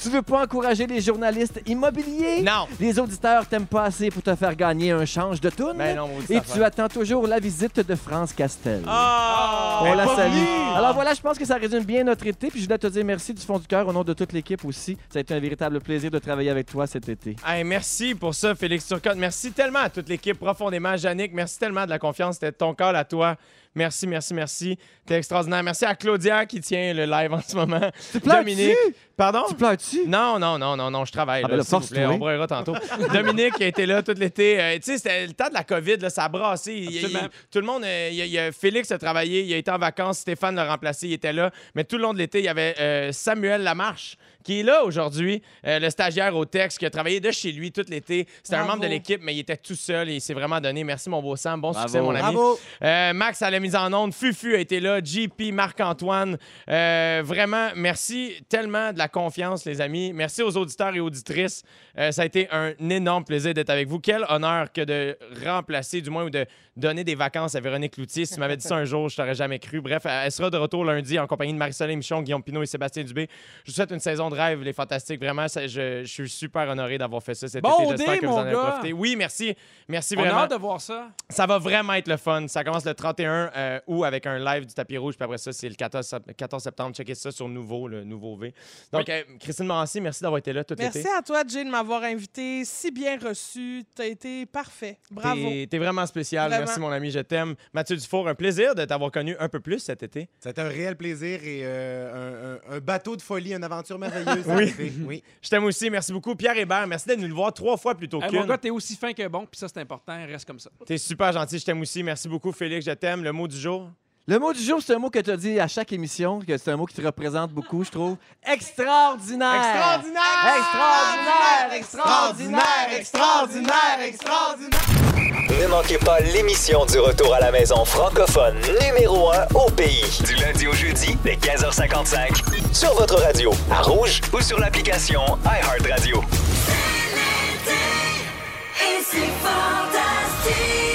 S5: tu veux pas encourager les journalistes immobiliers.
S1: Non!
S5: Les auditeurs t'aiment pas assez pour te faire gagner un change de tune.
S1: Ben non, maudite
S5: Et
S1: affaire.
S5: tu attends toujours la visite de France Castel.
S1: Ah!
S5: On
S1: Ben,
S5: la
S1: pas
S5: salue.
S1: venu.
S5: Alors voilà, je pense que ça résume bien notre été. Puis je voulais te dire merci du fond du cœur au nom de toute l'équipe aussi. Ça a été un véritable plaisir de travailler avec toi cet été.
S1: Hey, merci pour ça, Félix Turcotte. Merci tellement à toute l'équipe, profondément. Yannick, merci tellement de la confiance. C'était ton call à toi. Merci, merci, merci. T'es extraordinaire. Merci à Claudia qui tient le live en ce moment. Tu
S5: pleures-tu?
S1: Pardon?
S5: Tu pleures-tu?
S1: Non, non, non, non, non, je travaille.
S5: Ah,
S1: là,
S5: ben là,
S1: s'il vous
S5: force-toi.
S1: plaît, on broyera tantôt. Dominique a été là tout l'été. Euh, tu sais, c'était le temps de la COVID, là, ça a brassé. Il- il-
S3: Absolument.
S1: tout le monde, euh, il y a- il y a- Félix a travaillé, il a été en vacances, Stéphane l'a remplacé, il était là. Mais tout le long de l'été, il y avait euh, Samuel Lamarche qui est là aujourd'hui, euh, le stagiaire au texte qui a travaillé de chez lui tout l'été. C'était un
S4: Bravo.
S1: membre de l'équipe, mais il était tout seul et il s'est vraiment donné. Merci, mon beau Sam. Bon
S5: Bravo.
S1: succès, mon ami.
S2: Bravo!
S1: Euh, Max à la mise en onde, Fufu a été là, JP, Marc-Antoine. Euh, vraiment, merci tellement de la confiance, les amis. Merci aux auditeurs et auditrices. Euh, ça a été un énorme plaisir d'être avec vous. Quel honneur que de remplacer, du moins, ou de donner des vacances à Véronique Loutier. Si tu m'avais dit ça un jour, je t'aurais jamais cru. Bref, elle sera de retour lundi en compagnie de Marie-Soleil Michon, Guillaume Pinot et Sébastien Dubé. Je vous souhaite une saison de rêve, les fantastiques. Vraiment, ça- je, je suis super honoré d'avoir fait ça cet
S3: Bon
S1: été. J'espère
S3: dé,
S1: que vous
S3: mon
S1: en avez
S3: gars.
S1: profité. Oui, merci. Merci
S3: On a
S1: vraiment.
S3: hâte de voir ça.
S1: Ça va vraiment être le fun. Ça commence le 31 euh, août avec un live du tapis rouge. Puis après ça, c'est le 14, sep- 14 septembre. Checkez ça sur Nouveau, le Nouveau V. Donc, euh, Christine Morancy, merci d'avoir été là tout
S4: Merci
S1: l'été.
S4: à toi, Jay, de m'avoir invité, si bien reçu. T'as été parfait. Bravo.
S1: T'es t'es vraiment spécial.
S4: Vraiment.
S1: Merci, mon ami. Je t'aime. Mathieu Dufour, un plaisir de t'avoir connu un peu plus cet été.
S2: Ça a été un réel plaisir et euh, un, un- un bateau de folie, une aventure merveilleuse. ça a
S1: Oui.
S2: été. oui.
S1: Je t'aime aussi. Merci beaucoup. Pierre Hébert, merci d'être venu le voir trois fois plutôt
S3: Hey,
S1: qu'une.
S3: mon gars, t'es aussi fin que bon, puis ça, c'est important. Reste comme ça.
S1: T'es super gentil. Je t'aime aussi. Merci beaucoup, Félix. Je t'aime. Le mot du jour.
S5: Le mot du jour, c'est un mot que tu as dit à chaque émission, que c'est un mot qui te représente beaucoup, je trouve. Extraordinaire!
S1: Extraordinaire!
S5: Extraordinaire! Extraordinaire! Extraordinaire! Extraordinaire!
S8: Ne manquez pas l'émission du retour à la maison francophone numéro 1 au pays. Du lundi au jeudi, dès 15h55. Sur votre radio, à Rouge ou sur l'application iHeartRadio.
S6: Et c'est fantastique.